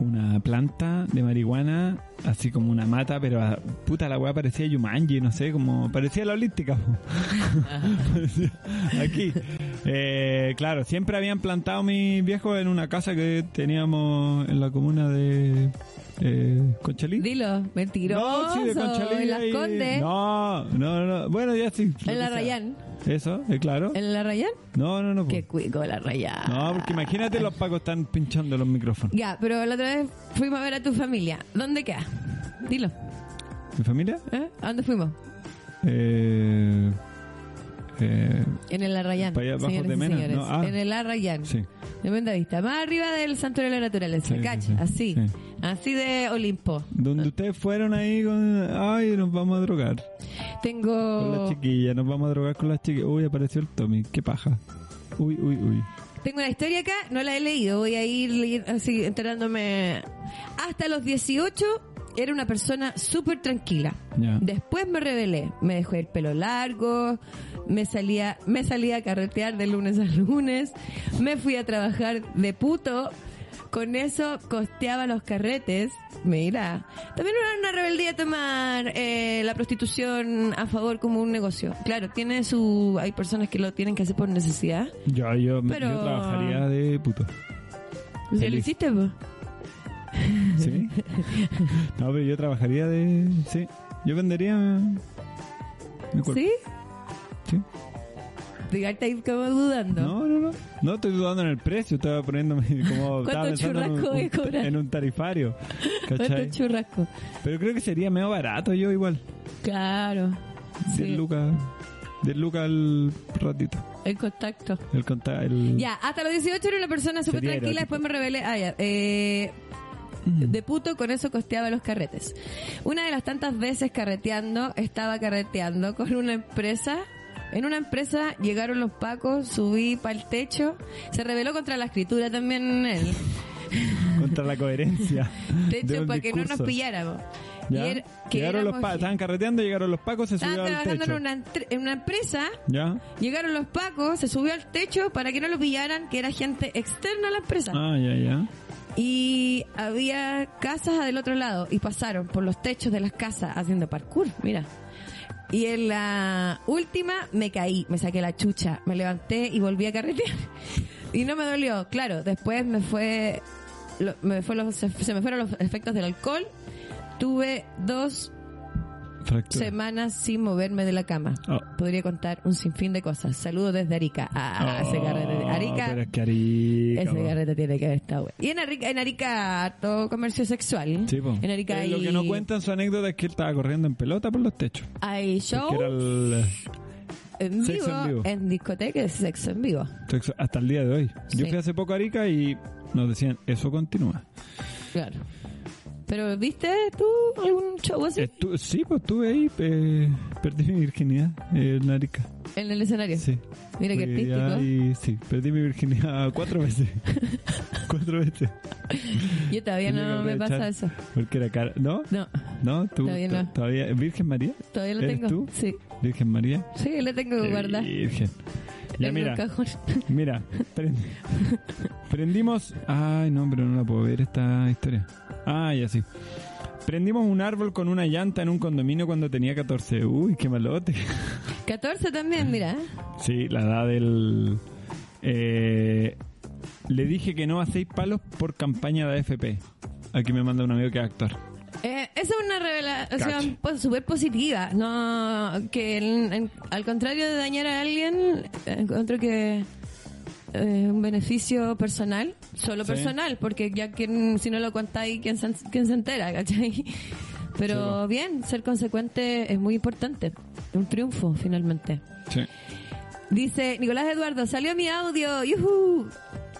A: una planta de marihuana, así como una mata, pero ah, puta la weá parecía Yumanji, no sé, como parecía la holística. po. Parecía- Aquí. Eh, claro, siempre habían plantado mis viejos en una casa que teníamos en la comuna de eh, Conchalí.
B: Dilo, mentiroso.
A: No, sí, de Conchalí.
B: en las
A: ahí.
B: Condes.
A: No, no, no. Bueno, ya sí. lo
B: en la
A: que sea.
B: Rayán.
A: Eso, eh, claro.
B: ¿En la Rayán?
A: No, no, no. po.
B: Qué cuico la Rayán.
A: No, porque imagínate los pacos están pinchando los micrófonos.
B: Ya, pero la otra vez fuimos a ver a tu familia. ¿Dónde queda? Dilo.
A: ¿Mi familia?
B: ¿eh? ¿A dónde fuimos?
A: Eh, eh,
B: En el Arrayán.
A: Para allá abajo
B: señores
A: de
B: y
A: Mena,
B: señores.
A: ¿no? Ah.
B: En el Arrayán.
A: sí.
B: De Buena Vista. Más arriba del Santuario de la Naturaleza.
A: Sí, sí,
B: cacha,
A: sí.
B: Así.
A: Sí.
B: Así de Olimpo.
A: Donde ustedes fueron ahí con... Ay, nos vamos a drogar. Con las
B: Tengo.
A: chiquillas, nos vamos a drogar con las chiquillas. Uy, apareció el Tommy. Qué paja. Uy, uy, uy.
B: Tengo una historia acá, no la he leído, voy a ir leyendo- así enterándome. Hasta los 18 era una persona súper tranquila.
A: Ya.
B: Después me rebelé, me dejó el pelo largo, me salía, me salía a carretear de lunes a lunes, me fui a trabajar de puto, con eso costeaba los carretes, mira. También era una rebeldía tomar eh, la prostitución a favor como un negocio. Claro, tiene su, hay personas que lo tienen que hacer por necesidad.
A: Yo, yo, me-
B: Pero-
A: yo trabajaría de puto.
B: Pues ya lo
A: Feliz.
B: hiciste, po.
A: ¿Sí? no, pero yo trabajaría de... Sí. Yo vendería... Mi cuerpo.
B: ¿Sí?
A: Sí.
B: Diga, estáis como dudando.
A: No, no, no. No estoy dudando en el precio, estaba poniéndome como estaba
B: ¿Cuánto
A: pensando en un,
B: churrasco voy a
A: un-
B: cobrar?
A: en un tarifario. ¿Cachai?
B: ¿Cuánto churrasco?
A: Pero creo que sería medio barato yo igual.
B: Claro.
A: 10
B: Sí,
A: lucas. 10 lucas al ratito.
B: el contacto.
A: El conta- el-
B: Ya, hasta los 18 era una persona súper
A: Sería
B: tranquila,
A: erótico. Mm.
B: después me rebelé. Ah, ya. Eh, de puto, con eso costeaba los carretes. Una de las tantas veces carreteando, estaba carreteando con una empresa. En una empresa llegaron los pacos, subí para el techo. Se rebeló contra la escritura también él.
A: Contra la coherencia.
B: De hecho,
A: un
B: para que no nos
A: discurso.
B: pilláramos. Y
A: ¿Ya?
B: era- que
A: Llegaron los
B: éramos-
A: pa- estaban carreteando, llegaron los pacos, se
B: Estaban
A: subió al
B: trabajando en
A: techo.
B: una, entre- en una empresa,
A: ¿Ya?
B: llegaron los pacos, se subió al techo para que no lo pillaran, que era gente externa a la empresa.
A: Ah, ya, ya.
B: Y había casas del otro lado y pasaron por los techos de las casas haciendo parkour, mira. Y en la última me caí, me saqué la chucha, me levanté y volví a carretear. Y no me dolió, claro, después me fue, lo- me fue los- se se me fueron los efectos del alcohol. Tuve dos
A: Fractura.
B: semanas sin moverme de la cama.
A: Oh.
B: Podría contar un sinfín de cosas. Saludos desde Arica. Ah, ese
A: Oh,
B: carrete.
A: Pero
B: Arica,
A: es que Arica.
B: ese
A: po.
B: carrete tiene que haber estado. bueno. Y en Arica, en Arica, harto comercio sexual.
A: Sí, po.
B: En Arica
A: Eh,
B: hay,
A: Lo que no cuentan su anécdota es que él estaba corriendo en pelota por los techos.
B: hay show
A: Porque era el
B: en,
A: sexo
B: vivo,
A: en
B: en
A: vivo.
B: discotecas de sexo en vivo.
A: sexo hasta el día de hoy. Yo
B: Sí.
A: fui hace poco a Arica y nos decían, eso continúa.
B: Claro. Pero ¿viste tú algún show así?
A: Estu- sí, pues estuve ahí, eh, perdí mi virginidad eh, en Arica.
B: En el escenario.
A: Sí.
B: Mira qué
A: Fui
B: artístico.
A: ahí, sí, perdí mi virginidad cuatro veces. cuatro veces.
B: Yo todavía
A: Tenía
B: no
A: que
B: me pasa
A: aprovechar.
B: eso.
A: Porque era cara. ¿No?
B: No,
A: ¿No? ¿Tú,
B: Todavía no.
A: to- todavía- ¿Virgen María?
B: todavía lo
A: ¿Eres
B: tengo.
A: tú?
B: Sí,
A: ¿Virgen María?
B: sí, lo tengo guardado.
A: Virgen. Ya
B: en un
A: mira,
B: cajón.
A: mira, prende. Prendimos. Ay, no, pero no la puedo ver esta historia. Ah, ya sí. Prendimos un árbol con una llanta en un condominio cuando tenía 14. Uy, qué malote.
B: 14 también, mira. ¿eh?
A: Sí, la edad del. Eh, le dije que no a seis palos por campaña de AFP. Aquí me manda un amigo que es actor.
B: Eh, esa es una revelación pues, súper positiva. No, que en- en- al contrario de dañar a alguien, encuentro que eh, un beneficio personal, solo
A: Sí.
B: personal, porque ya quien, si no lo contáis, ¿quién se, quién se entera? ¿cachai? Pero bien, ser consecuente es muy importante. Un triunfo, finalmente.
A: Sí.
B: Dice Nicolás Eduardo, salió mi audio. ¡Yujú!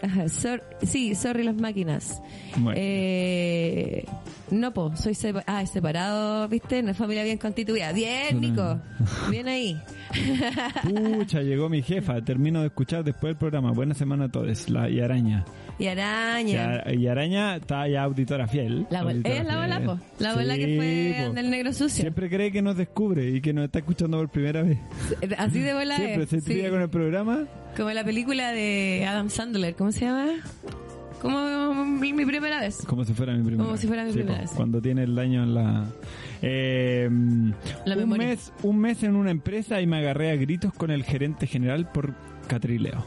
B: Ajá, sor- sí, sorry las máquinas.
A: Bueno.
B: Eh, no, po, soy sepa- ah, separado, ¿viste? Una familia bien constituida. Bien, Nico. Bien ahí.
A: Pucha, llegó mi jefa. Termino de escuchar después del programa. Buena semana a todos. La y araña.
B: Y
A: Y,
B: araña.
A: a- y araña está ya auditora fiel.
B: La abuela-
A: Auditora
B: ella es la abuela,
A: fiel.
B: po. La abuela
A: Sí,
B: que fue
A: po.
B: del negro sucio.
A: Siempre cree que nos descubre y que nos está escuchando por primera vez.
B: Así de bola
A: Siempre
B: es,
A: se
B: sí.
A: tría con el programa.
B: Como la película de Adam Sandler, ¿cómo se llama? Como mi mi primera vez.
A: Como si fuera mi primera
B: Como
A: vez.
B: si fuera mi
A: Sí,
B: primera
A: po,
B: vez.
A: Cuando tiene el daño en la... Eh,
B: La
A: un,
B: memoria.
A: mes, un mes en una empresa y me agarré a gritos con el gerente general por catrileo.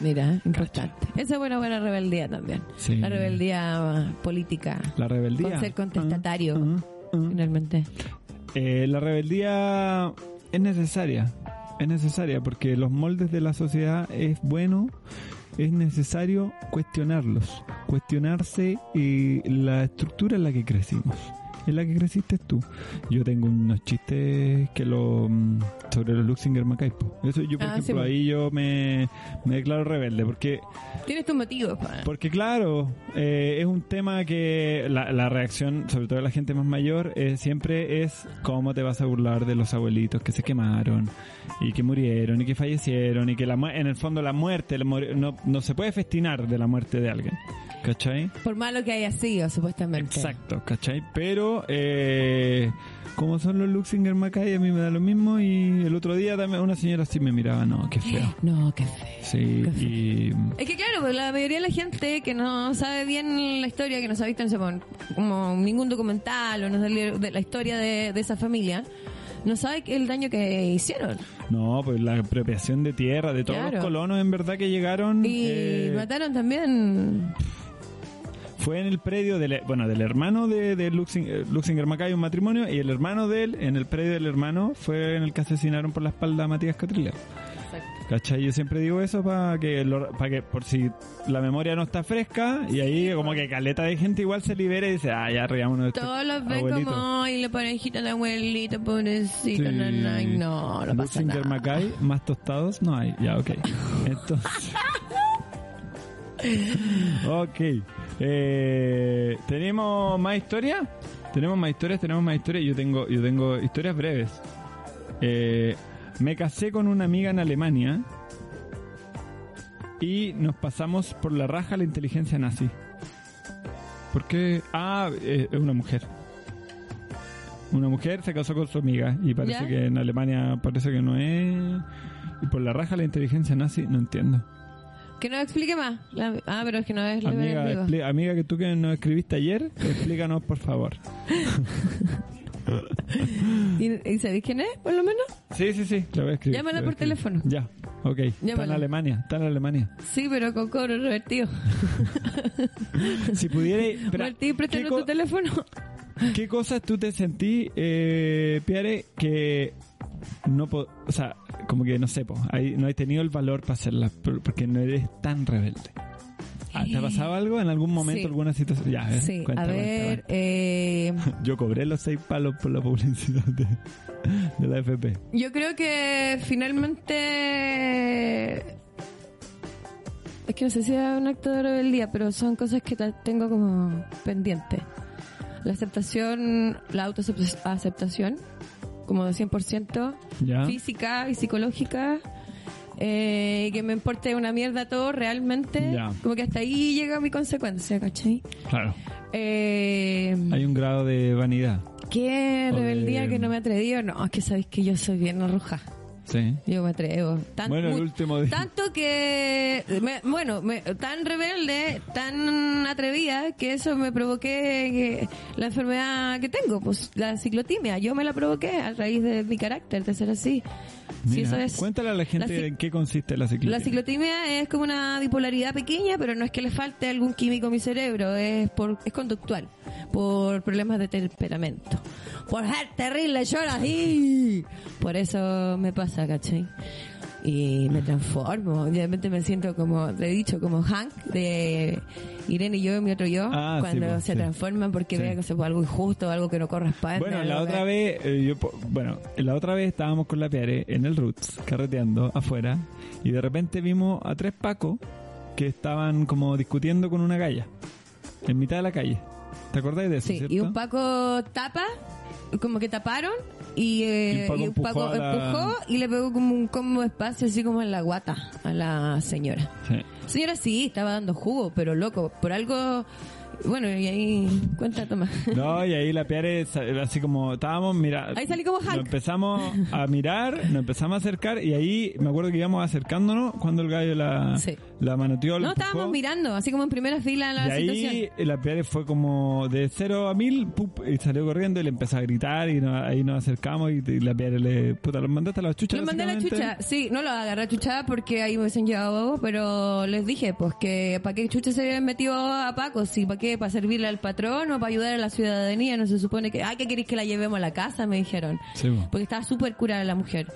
B: Mira, importante. Esa es una buena rebeldía también.
A: Sí.
B: La rebeldía ah, política.
A: La rebeldía.
B: Con ser contestatario,
A: Ah, ah, ah.
B: finalmente.
A: Eh, la rebeldía es necesaria. Es necesaria porque los moldes de la sociedad es bueno, es necesario cuestionarlos. Cuestionarse eh, la estructura en la que crecimos. En la que creciste tú. Yo tengo unos chistes que lo mm, sobre los Luxinger Macaipo. Eso yo, por
B: Ah, sí,
A: ejemplo,
B: bueno.
A: ahí yo me, me declaro rebelde porque
B: Tienes tus motivos, pa.
A: porque claro, eh, es un tema que la, la reacción, sobre todo de la gente más mayor, eh, siempre es cómo te vas a burlar de los abuelitos que se quemaron y que murieron y que fallecieron y que la, mu- en el fondo la muerte, la mor- no, no se puede festinar de la muerte de alguien. ¿Cachai?
B: Por malo que haya sido, supuestamente.
A: Exacto, ¿cachai? Pero eh, como son los Luxinger Macay, a mí me da lo mismo y el otro día también una señora así me miraba, no, qué feo.
B: No, qué feo.
A: Sí,
B: Qué feo.
A: y...
B: Es que claro, pues, la mayoría de la gente que no sabe bien la historia, que no se ha visto no sé, pon- como ningún documental o no salió de la historia de, de esa familia, no sabe el daño que hicieron.
A: No, pues la apropiación de tierra, de todos
B: Claro.
A: los colonos en verdad que llegaron.
B: Y
A: eh,
B: mataron también...
A: fue en el predio del, bueno, del hermano de, de Luxing- eh, Luxinger Macay, un matrimonio, y el hermano de él, en el predio del hermano, fue en el que asesinaron por la espalda a Matías Catrileo. ¿Cachai? Yo siempre digo eso para que, lo- pa' que por si la memoria no está fresca, y ahí como
B: pues.
A: que caleta de gente igual se libera y dice, ah, ya reíamos de
B: Todos los ven
A: abuelito.
B: como, ay, la parejita, la abuelita, pobrecito, no, no, no, no pasa
A: Luxinger
B: nada.
A: Macay, más tostados no hay. Ya, ok. Entonces. ok. Eh, ¿Tenemos más historia? Tenemos más historias, tenemos más historias. Yo tengo, yo tengo historias breves. Eh, me casé con una amiga en Alemania y nos pasamos por la raja la inteligencia nazi. ¿Por qué? Ah, eh, es una mujer. Una mujer se casó con su amiga y parece
B: ¿Ya?
A: que en Alemania parece que no es. Y por la raja la inteligencia nazi, no entiendo.
B: Que nos explique más. La- ah, pero es que no es la
A: Amiga,
B: verdad, digo.
A: expli- amiga que tú que nos escribiste ayer, explícanos por favor.
B: ¿Y, y sabéis quién es, por lo menos?
A: Sí, sí, sí, la voy a escribir.
B: Llámala
A: la voy a
B: por
A: escribir.
B: teléfono.
A: Ya, ok. Está en
B: Llámala.
A: Alemania, está en Alemania.
B: Sí, pero con cobro revertido.
A: Si pudierais. espera,
B: Martín, préstanos
A: ¿qué co-
B: tu teléfono.
A: ¿Qué cosas tú te sentí, eh, Piare, que no po- o sea, como que no sé, po, hay- no he tenido el valor para hacerlas por- porque no eres tan rebelde? Ah, ¿Te ha pasado algo en algún momento,
B: Sí.
A: alguna situación? Ya, a ver,
B: Sí,
A: cuenta,
B: a
A: cuenta,
B: ver,
A: cuenta.
B: eh,
A: Yo cobré los seis palos por la publicidad de, de la FP.
B: yo creo que finalmente... Es que no sé si es un acto de rebeldía, pero son cosas que ta- tengo como pendiente. La aceptación, la autoaceptación, como de 100%,
A: ¿Ya?
B: física y psicológica. eh, que me importe una mierda todo realmente.
A: Ya.
B: Como que hasta ahí llega mi consecuencia, ¿cachai?
A: Claro.
B: Eh,
A: Hay un grado de vanidad.
B: qué
A: o de-
B: rebeldía que no me he atrevido. No, es que sabéis que yo soy bien arroja.
A: Sí.
B: Yo me atrevo. Tan-
A: Bueno, el
B: mu-
A: último día.
B: Tanto que, me- bueno, me- tan rebelde, tan atrevida, que eso me provoqué que- la enfermedad que tengo, pues la ciclotimia. Yo me la provoqué a raíz de mi carácter, de ser así. sí,
A: Mira,
B: eso es.
A: Cuéntale a la gente
B: La ci-
A: en qué consiste la ciclotimia.
B: La ciclotimia es como una bipolaridad pequeña, pero no es que le falte algún químico a mi cerebro, es por es conductual, por problemas de temperamento. Por ser terrible, llora así. Por eso me pasa, ¿cachai? Y me transformo. Obviamente me siento como, te he dicho, como Hank de Irene y yo, y mi otro yo,
A: Ah, sí,
B: cuando
A: pues,
B: se
A: sí.
B: transforman porque
A: Sí.
B: ve que se fue algo injusto, algo que Ah, no corresponde.
A: Bueno, la
B: algo que-
A: otra vez, eh, yo, po- bueno, la otra vez estábamos con la Piare en el Roots, carreteando afuera, y de repente vimos a tres pacos que estaban como discutiendo con una galla, en mitad de la calle. ¿Te acordáis de eso?
B: Sí,
A: cierto?
B: y un Paco tapa, como que taparon, y, eh,
A: Y un Paco
B: y un Paco
A: empujó a la-
B: empujó y le pegó como un combo de espacio, así como en la guata a la señora.
A: Sí.
B: Señora sí, estaba dando jugo, pero loco, por algo... Bueno, y ahí cuenta, toma.
A: No, y ahí la Piare, sa- así como estábamos, mira.
B: Ahí salí como Hulk.
A: Nos empezamos a mirar, nos empezamos a acercar, y ahí me acuerdo que íbamos acercándonos cuando el gallo la,
B: Sí.
A: la manoteó. la
B: No, estábamos
A: empujó.
B: mirando, así como en primera fila la
A: y ahí
B: situación.
A: la Piare fue como de 0 a 1000 pup, y salió corriendo y le empezó a gritar y nos- ahí nos acercamos y, y la Piare le... Puta, los mandaste a la chucha.
B: Los mandé a la chucha,
A: básicamente.
B: sí, no los agarré a chuchada porque ahí me hubiesen llevado a bobo, pero les dije, pues que para qué chucha se habían metido a Paco, si para qué, para servirle al patrón o para ayudar a la ciudadanía, no se supone que, ay, que queréis que la llevemos a la casa, me dijeron.
A: Sí, po.
B: Porque estaba súper curada la mujer.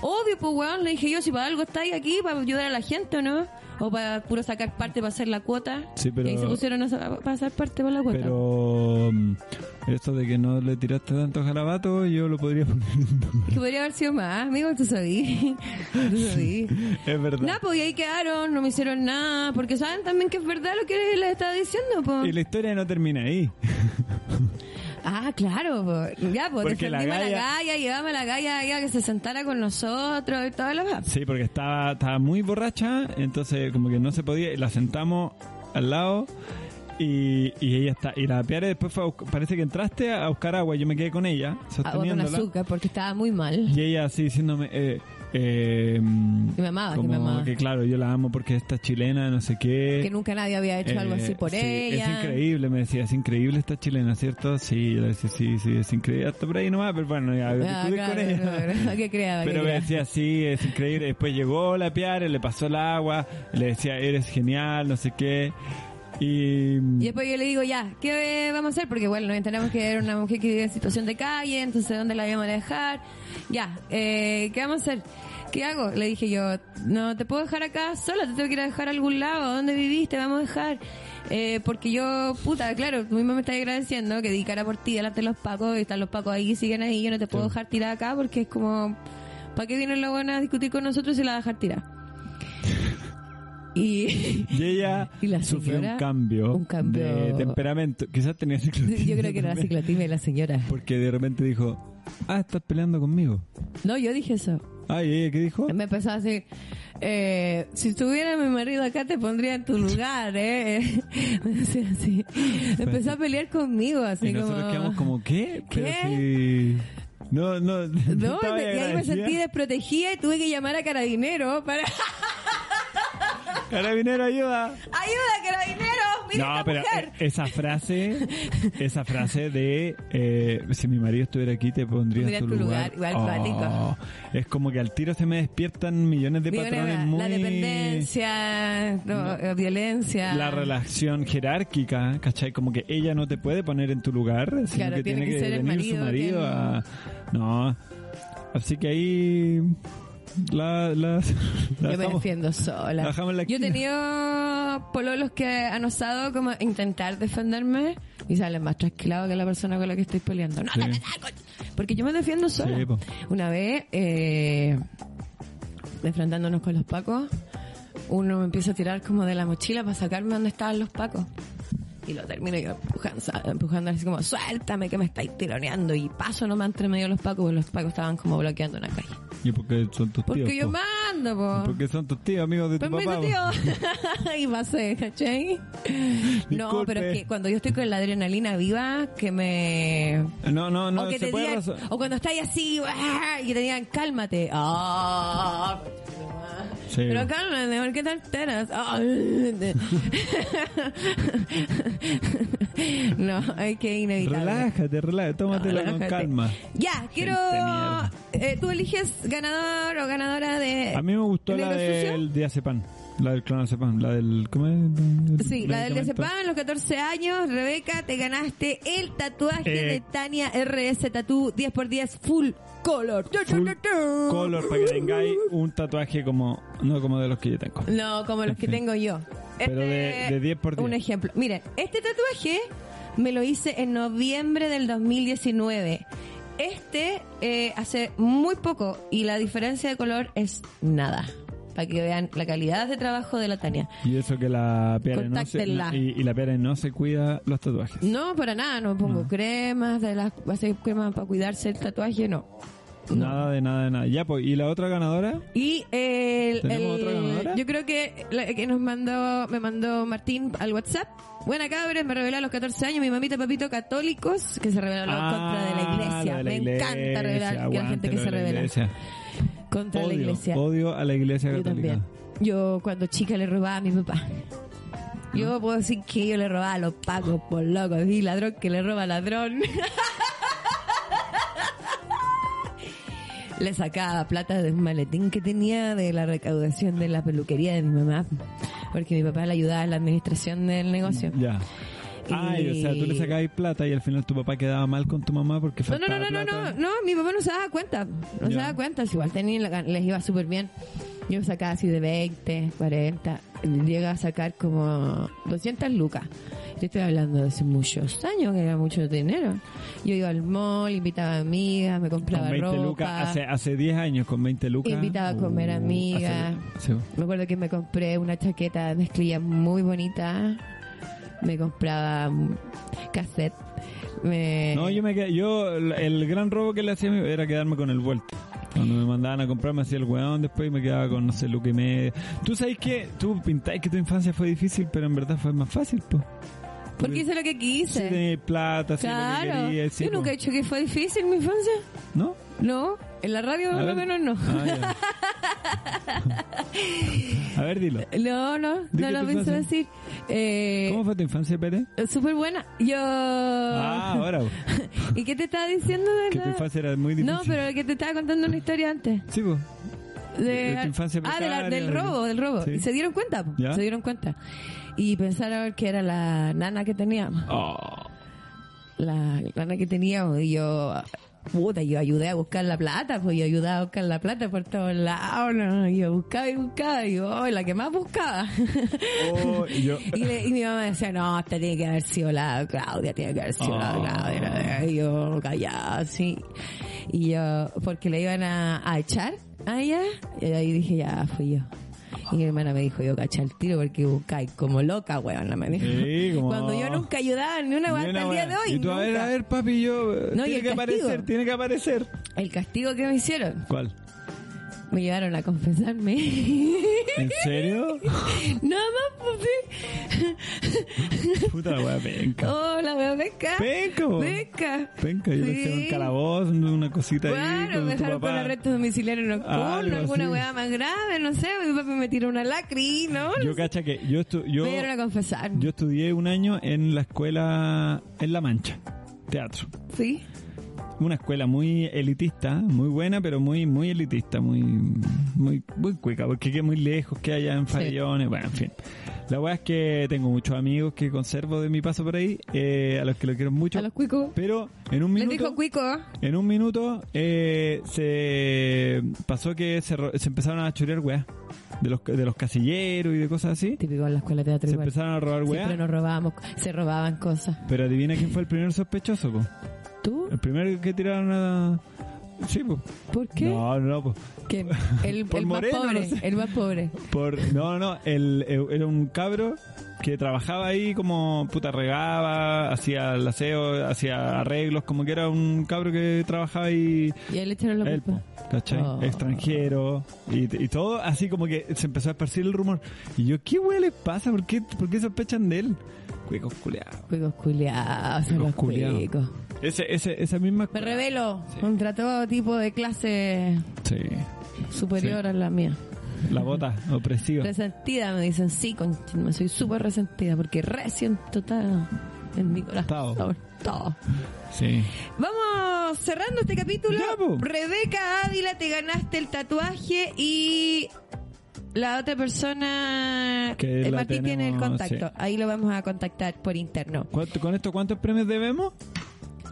B: Obvio, pues weón, le dije yo, si para algo estáis aquí, para ayudar a la gente, ¿o ¿no? O para puro sacar parte para hacer la cuota.
A: Sí, pero-
B: Y ahí se pusieron a, sa- a pasar parte para la cuota.
A: Pero mm, esto de que no le tiraste tantos garabatos, yo lo podría poner en duda.
B: Que podría haber sido más, amigo, tú sabí. tú sabí.
A: Es verdad.
B: Nada, pues y ahí quedaron, no me hicieron nada, porque saben también que es verdad lo que les estaba diciendo, po.
A: Y la historia no termina ahí.
B: Ah, claro, po. Ya, pues
A: Porque la
B: defendimos a la
A: Gaia-
B: galla, llevamos a la galla ahí a que se sentara con nosotros y toda la va.
A: Sí, porque estaba, estaba muy borracha, entonces como que no se podía, y la sentamos al lado y, y ella está, y la Piare después fue a buscar- parece que entraste a buscar agua, yo me quedé con ella,
B: Agua Ah, con
A: sosteniéndola.
B: azúcar, porque estaba muy mal.
A: Y ella así diciéndome, eh, eh, mm,
B: Que me amaba, que
A: como
B: me amaba.
A: que claro, yo la amo porque esta chilena, no sé qué.
B: Que nunca nadie había hecho algo
A: Eh,
B: así por
A: sí,
B: ella.
A: Es increíble, me decía, es increíble esta chilena, ¿cierto? Sí, yo le decía, sí, sí, es increíble. Hasta por ahí nomás, pero bueno, ya,
B: Ah,
A: discutí
B: claro,
A: con ella.
B: claro, que creaba, que
A: Pero me
B: creaba.
A: decía, sí, es increíble. Después llegó la Piare, le pasó el agua, le decía, eres genial, no sé qué. Y.
B: Y después yo le digo, ya, ¿qué eh, vamos a hacer? Porque bueno, nos enteramos que era una mujer que vivía en situación de calle, entonces ¿dónde la íbamos a dejar? Ya, eh, ¿qué vamos a hacer? ¿Qué hago? Le dije yo, no te puedo dejar acá sola, te tengo que ir a dejar a algún lado, ¿dónde viviste? Vamos a dejar. Eh, porque yo, puta, claro, tú mismo me estás agradeciendo que di cara por ti delante de los pacos, y están los pacos ahí, siguen ahí, yo no te puedo dejar tirar acá porque es como, ¿para qué vienen los buenos a discutir con nosotros si la vas a dejar tirar? Y,
A: y ella
B: Y la
A: sufrió un
B: señora,
A: cambio,
B: un cambio-
A: de temperamento. Quizás tenía ciclotimia.
B: Yo creo que era la
A: también,
B: ciclotimia de la señora.
A: Porque de repente dijo, ah, estás peleando conmigo.
B: No, yo dije eso.
A: Ay, ¿y ella qué dijo?
B: Me empezó a decir, eh, si estuviera mi marido acá te pondría en tu lugar, ¿eh? Me decía así. Empezó a pelear conmigo, así
A: Y nosotros
B: como...
A: quedamos como, ¿qué? Pero
B: ¿Qué?
A: si- No, no,
B: No, y,
A: estaba
B: me- y ahí me
A: agradecida.
B: sentí desprotegida y tuve que llamar a Carabinero para...
A: Carabinero, ayuda.
B: ¡Ayuda, Carabinero! ¡Mira
A: No,
B: esta
A: pero
B: mujer!
A: e- esa frase, esa frase de eh, si mi marido estuviera aquí te pondría en tu lugar.
B: igual,
A: Oh,
B: cuático.
A: es como que al tiro se me despiertan millones de
B: Digo, la-
A: patrones
B: la,
A: muy
B: dependencia, no, eh, violencia...
A: la relación jerárquica, ¿cachai? Como que ella no te puede poner en tu lugar, sino
B: Claro,
A: que tiene,
B: tiene que
A: que,
B: ser el
A: venir su marido
B: marido,
A: a... No. Así que ahí... La, la, la
B: Yo me
A: dejamos.
B: defiendo sola.
A: la dejamos en la
B: Yo he
A: esquina.
B: tenido pololos que han osado como intentar defenderme y salen más trasquilados que la persona con la que estoy peleando. No,
A: Sí.
B: no, no, no, coño. porque yo me defiendo sola.
A: Sí, po.
B: Una vez, eh, enfrentándonos con los pacos, uno me empieza a tirar como de la mochila para sacarme donde estaban los pacos. Y lo termino yo empujando, sa- empujando así como, suéltame que me estáis tironeando. Y paso nomás entre medio de los pacos, porque los pacos estaban como bloqueando una calle.
A: Y porque son tus
B: Porque
A: tíos,
B: yo
A: po.
B: mando, cagando, po.
A: Porque son tus tíos, amigos de tu
B: Pues mi
A: papá. po.
B: tío. y pasé, ¿cachai? No,
A: Disculpe.
B: pero es que cuando yo estoy con la adrenalina viva, que me.
A: No, no, no,
B: o, que
A: se
B: te
A: puede
B: digan-
A: razo-
B: o cuando estáis así, ¡ah! y que te digan, cálmate. Ah,
A: Sí.
B: Pero cálmate, ¿por qué te alteras? Ah, no, hay que inevitable.
A: Relájate, relájate, tómatela
B: No,
A: con
B: relájate.
A: calma.
B: Ya, quiero.
A: mierda.
B: eh, Tú eliges ganador o ganadora de.
A: A mí me gustó
B: ¿El
A: la
B: negro Eh, sucio?
A: del diazepam, la del clonazepam, la del ¿cómo es?
B: Sí, la
A: medicamento.
B: del Decepam, a los 14 años, Rebeca, te ganaste el tatuaje
A: Eh.
B: de Tania RS Tattoo 10x10 Full Color.
A: Full color para que tengáis un tatuaje como no como de los que yo tengo.
B: No, como los que tengo yo. Este,
A: Pero de- de 10x10.
B: Un ejemplo. Miren, este tatuaje me lo hice en noviembre del 2019. Este eh, hace muy poco y la diferencia de color es nada. Para que vean la calidad de trabajo de la Tania.
A: Y eso que la Piare no se
B: Contáctenla.
A: y, y la Piare no se cuida los tatuajes.
B: No, para nada, no me pongo cremas, de las hacer cremas para cuidarse el tatuaje, no.
A: Nada de nada de nada. Ya pues, y la otra ganadora
B: Y el,
A: ¿Tenemos
B: el-
A: otra ganadora?
B: yo creo que la que nos mandó, me mandó Martín al WhatsApp. Buena cabres, me reveló a los 14 años mi mamita y papito católicos que se revelaron
A: Ah,
B: contra de la iglesia.
A: de la
B: me encanta
A: iglesia,
B: revelar que la gente
A: aguante
B: que
A: lo
B: se
A: de la
B: revela
A: iglesia.
B: contra la
A: Odio,
B: iglesia.
A: odio a la iglesia
B: Yo
A: católica.
B: también. Yo cuando chica le robaba a mi papá. Yo puedo decir que yo le robaba a los pacos por loco. Y ladrón que le roba a ladrón. le sacaba plata de un maletín que tenía de la recaudación de la peluquería de mi mamá. Porque mi papá le ayudaba en la administración del negocio.
A: Ya.
B: Y-
A: Ay, o sea, tú le sacabas plata y al final tu papá quedaba mal con tu mamá porque
B: No, no,
A: faltaba
B: no, no, no,
A: plata.
B: no, no, mi papá no se daba cuenta. No se
A: Ya.
B: daba cuenta, si igual tenía, la- les iba súper bien. Yo sacaba así de 20, 40, llega a sacar como 200 lucas. Yo estoy hablando de hace muchos años, que era mucho dinero. Yo iba al mall, invitaba amigas, me compraba
A: Con 20
B: ropa.
A: lucas, hace, hace 10 años con 20 lucas. Uh,
B: Invitaba a comer amigas.
A: hace- hace-
B: Me acuerdo que me compré una chaqueta de mezclilla muy bonita. Me compraba mm, cassette. Me...
A: No, yo me quedé, yo el- el gran robo que le hacía a mí era quedarme con el vuelto. Cuando me mandaban a comprar me hacía el weón después y me quedaba con no sé lo que me... Tú sabes que tú pintáis que tu infancia fue difícil, pero en verdad fue más fácil, pues.
B: Porque hice lo que quise.
A: Sí, tenías plata, sí, lo que
B: Claro.
A: querías, sí,
B: Yo
A: po.
B: nunca he dicho que fue difícil mi infancia.
A: ¿No?
B: No, en la radio por
A: A
B: lo
A: ver.
B: menos no.
A: Ah, ya. a ver, dilo.
B: No, no,
A: Di
B: no
A: que
B: lo
A: tu
B: pienso
A: infancia-
B: decir. Eh,
A: ¿Cómo fue tu infancia, Pérez?
B: Súper buena. Yo...
A: Ah, ahora. po.
B: ¿Y qué te estaba diciendo de
A: Que tu
B: la-
A: infancia era muy difícil.
B: Oh. No, pero que te estaba contando una historia antes.
A: Sí, pues.
B: De,
A: De tu infancia
B: ah, de la-
A: precaria,
B: del
A: de-
B: robo, del robo.
A: Sí.
B: Y se dieron cuenta, po,
A: ¿Ya?
B: se dieron cuenta. Y pensaron que era la nana que teníamos.
A: Oh.
B: la lana que teníamos y yo puta yo ayudé a buscar la plata pues yo ayudaba a buscar la plata por todos lados ¿no? Y yo buscaba y buscaba y yo "Ay, la que más buscaba
A: Oh, y yo-
B: y, le- y mi mamá decía no esta tiene que haber sido la Claudia tiene que haber sido la
A: Oh.
B: Claudia y yo callada así y yo porque le iban a, a echar a ella y ahí dije ya fui yo y mi hermana me dijo yo caché el tiro porque buscáis como loca weón me dijo
A: Sí, como-
B: cuando yo nunca ayudaba ni una
A: Ni una
B: weá hasta el día de
A: weá.
B: hoy
A: Y tú, a ver,
B: nunca.
A: a ver, papi, yo. eh,
B: No,
A: tiene
B: y el
A: que
B: castigo.
A: aparecer, tiene que aparecer.
B: El castigo que me hicieron,
A: ¿Cuál?
B: me llevaron a confesarme.
A: ¿En serio?
B: Nada más, pues, papi.
A: Puta la wea penca.
B: Hola, weón, venga.
A: Penca, po.
B: Venga.
A: Penca, yo pensé en un calabozo, en una cosita ahí.
B: Bueno,
A: Con
B: me
A: tu
B: dejaron
A: papá.
B: con arresto domiciliario
A: Algo
B: nocturno, alguna
A: así.
B: weá más grave, no sé. Mi papi me tiró una lacri, ¿no?
A: Yo cacha que yo, estu- yo,
B: me dieron a confesar.
A: yo estudié un año en la escuela en La Mancha, teatro.
B: Sí.
A: Una escuela muy elitista, muy buena, pero muy muy elitista, muy muy, muy cuica, porque queda muy lejos, que allá en Farellones, bueno, en fin. La weá es que tengo muchos amigos que conservo de mi paso por ahí, eh, a los que lo quiero mucho.
B: A los cuicos.
A: Pero en un
B: Les
A: minuto...
B: dijo cuico. ¿ah?
A: En un minuto eh, se pasó que se, ro- se empezaron a chorear weá. De los, de los casilleros y de cosas así.
B: Típico en la escuela de teatro
A: Se
B: igual.
A: empezaron a robar
B: Siempre
A: weá.
B: nos robábamos, se robaban cosas.
A: Pero adivina quién fue el primer sospechoso, po.
B: ¿Tú?
A: El primero que tiraron a... Sí, po.
B: ¿Por qué?
A: No, no, po.
B: ¿Quién? El,
A: Por
B: el más
A: Moreno,
B: pobre,
A: no sé.
B: el más pobre.
A: Por, no, no, el, eh, era un cabro que trabajaba ahí como puta regaba, hacía el aseo, hacía arreglos, como que era un cabro que trabajaba ahí
B: Y ahí le echaron la
A: él,
B: culpa.
A: po, ¿cachai?
B: Oh.
A: Extranjero y, y todo, así como que se empezó a esparcir el rumor. Y yo, ¿qué huele les pasa? ¿Por qué, por qué sospechan de él? Cuecos culeados.
B: Cuicos culiados, son
A: Cuicos
B: los
A: culiados.
B: cuicos.
A: Ese, ese, esa misma.
B: Me revelo
A: Sí.
B: contra todo tipo de clase
A: Sí.
B: superior a la mía.
A: La bota opresiva.
B: Resentida, me dicen, sí, conche, me soy súper resentida porque resiento todo en mi corazón.
A: Todo.
B: Todo.
A: Sí.
B: Vamos cerrando este capítulo.
A: Ya, po.
B: Rebeca Ávila, te ganaste el tatuaje y la otra persona,
A: Que
B: eh,
A: la
B: Martín tiene el
A: tenemos,
B: contacto.
A: sí.
B: Ahí lo vamos a contactar por interno.
A: ¿Cuánto- ¿Con esto cuántos premios debemos?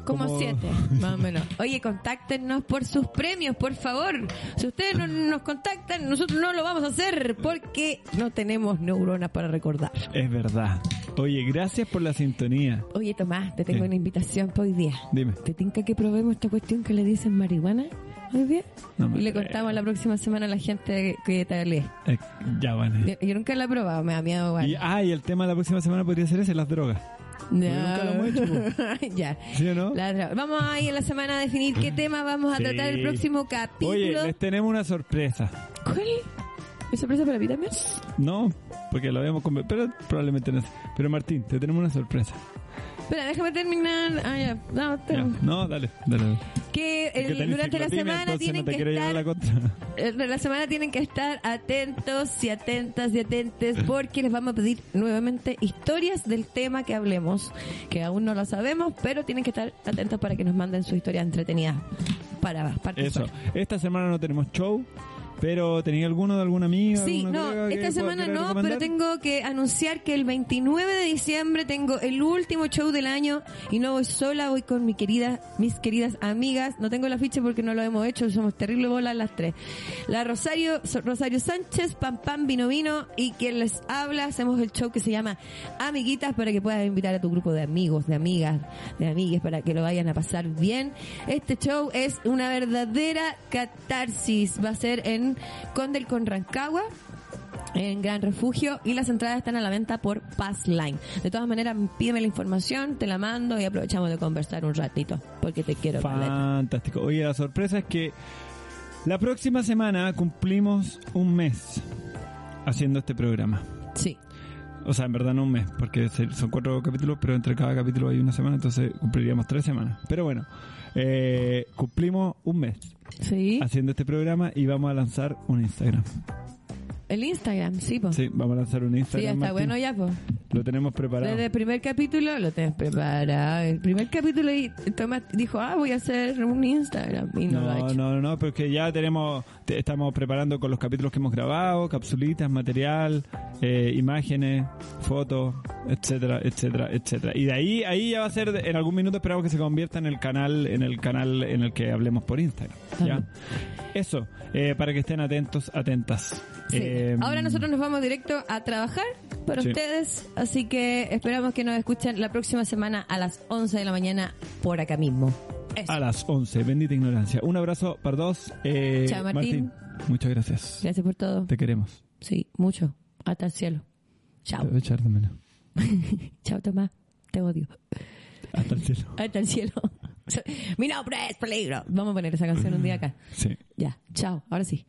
B: Como,
A: Como-
B: siete, más o menos. Oye, contáctenos por sus premios, por favor. Si ustedes no nos contactan, nosotros no lo vamos a hacer porque no tenemos neuronas para recordar.
A: Es verdad. Oye, gracias por la sintonía.
B: Oye, Tomás, te tengo
A: Sí.
B: una invitación para hoy día.
A: Dime.
B: ¿Te tinca que probemos esta cuestión que le dicen marihuana hoy día?
A: No me
B: y le
A: creo.
B: contamos la próxima semana a la gente que te hablé.
A: Eh, ya van.
B: Yo, yo nunca la he probado, me da miedo igual.
A: Y, ah, y el tema de la próxima semana podría ser ese, las drogas.
B: No.
A: nunca lo hemos
B: ya.
A: ¿Sí o no?
B: La otra- Vamos a ir a la semana a definir qué tema vamos a
A: Sí.
B: tratar el próximo capítulo.
A: Oye, les tenemos una sorpresa.
B: ¿Cuál? ¿Es sorpresa para mí también?
A: No, porque lo habíamos conver- pero probablemente no. sé. Pero Martín, te tenemos una sorpresa.
B: Espera, déjame terminar. Ah, ya. No,
A: Ya.
B: tengo-
A: No, dale, dale. dale.
B: Que el-
A: Es que tenés
B: durante la
A: ciclotimia,
B: semana
A: entonces
B: tienen
A: no te
B: que
A: quiero llevar
B: estar eh,
A: la contra.
B: Durante la semana tienen que estar atentos y atentas y atentes porque les vamos a pedir nuevamente historias del tema que hablemos, que aún no lo sabemos, pero tienen que estar atentos para que nos manden su historia entretenida para
A: Eso.
B: participar.
A: Esta semana no tenemos show, pero ¿tenía alguno de algún amigo?
B: Sí,
A: alguna
B: no,
A: colega que
B: esta
A: pueda-
B: semana
A: quiera
B: no, pero
A: recomendar?
B: tengo que anunciar que el 29 de diciembre tengo el último show del año y no voy sola, voy con mi querida, mis queridas amigas. No tengo la ficha porque no lo hemos hecho, somos terrible bolas las tres. La Rosario, so- Rosario Sánchez, Pam Pam Vino Vino y quien les habla, hacemos el show que se llama Amiguitas para que puedas invitar a tu grupo de amigos, de amigas, de amigues para que lo vayan a pasar bien. Este show es una verdadera catarsis. Va a ser en Condel con Rancagua en Gran Refugio y las entradas están a la venta por Passline. De todas maneras, pídeme la información, te la mando y aprovechamos de conversar un ratito porque te quiero. caleta.
A: Fantástico. Oye, la sorpresa es que la próxima semana cumplimos un mes haciendo este programa.
B: Sí,
A: O sea, en verdad no un mes, porque se- son cuatro capítulos, pero entre cada capítulo hay una semana, entonces cumpliríamos tres semanas. Pero bueno, eh, cumplimos un mes
B: sí.
A: haciendo este programa y vamos a lanzar un Instagram.
B: El Instagram, sí, po. Sí,
A: Sí, vamos a lanzar un Instagram.
B: Oh. está
A: Martín.
B: bueno ya, po.
A: Lo tenemos preparado.
B: Desde el primer capítulo lo tenés preparado. El primer capítulo y Tomás dijo, ah, voy a hacer un Instagram y no, lo ha
A: No,
B: hecho.
A: no, no, porque ya tenemos, te- estamos preparando con los capítulos que hemos grabado, capsulitas, material, eh, imágenes, fotos, etcétera, etcétera, etcétera. Y de ahí, ahí ya va a ser, en algún minuto esperamos que se convierta en el canal, en el canal en el que hablemos por Instagram. ¿ya?
B: Ajá.
A: Eso, eh, para que estén atentos, atentas.
B: Sí.
A: Eh,
B: Ahora nosotros nos vamos directo a trabajar para
A: Sí.
B: ustedes, así que esperamos que nos escuchen la próxima semana a las 11 de la mañana por acá mismo. Eso.
A: A las 11, bendita ignorancia. Un abrazo para dos. Eh,
B: Chao, Martín.
A: Muchas gracias.
B: Gracias por todo.
A: Te queremos.
B: Sí, mucho. Hasta el cielo. Chao.
A: Te voy a echar de menos.
B: Chao, Tomás. Te odio.
A: Hasta el cielo.
B: Hasta el cielo. Mi nombre es peligro. Vamos a poner esa canción un día acá.
A: Sí.
B: Ya. Chao. Ahora sí.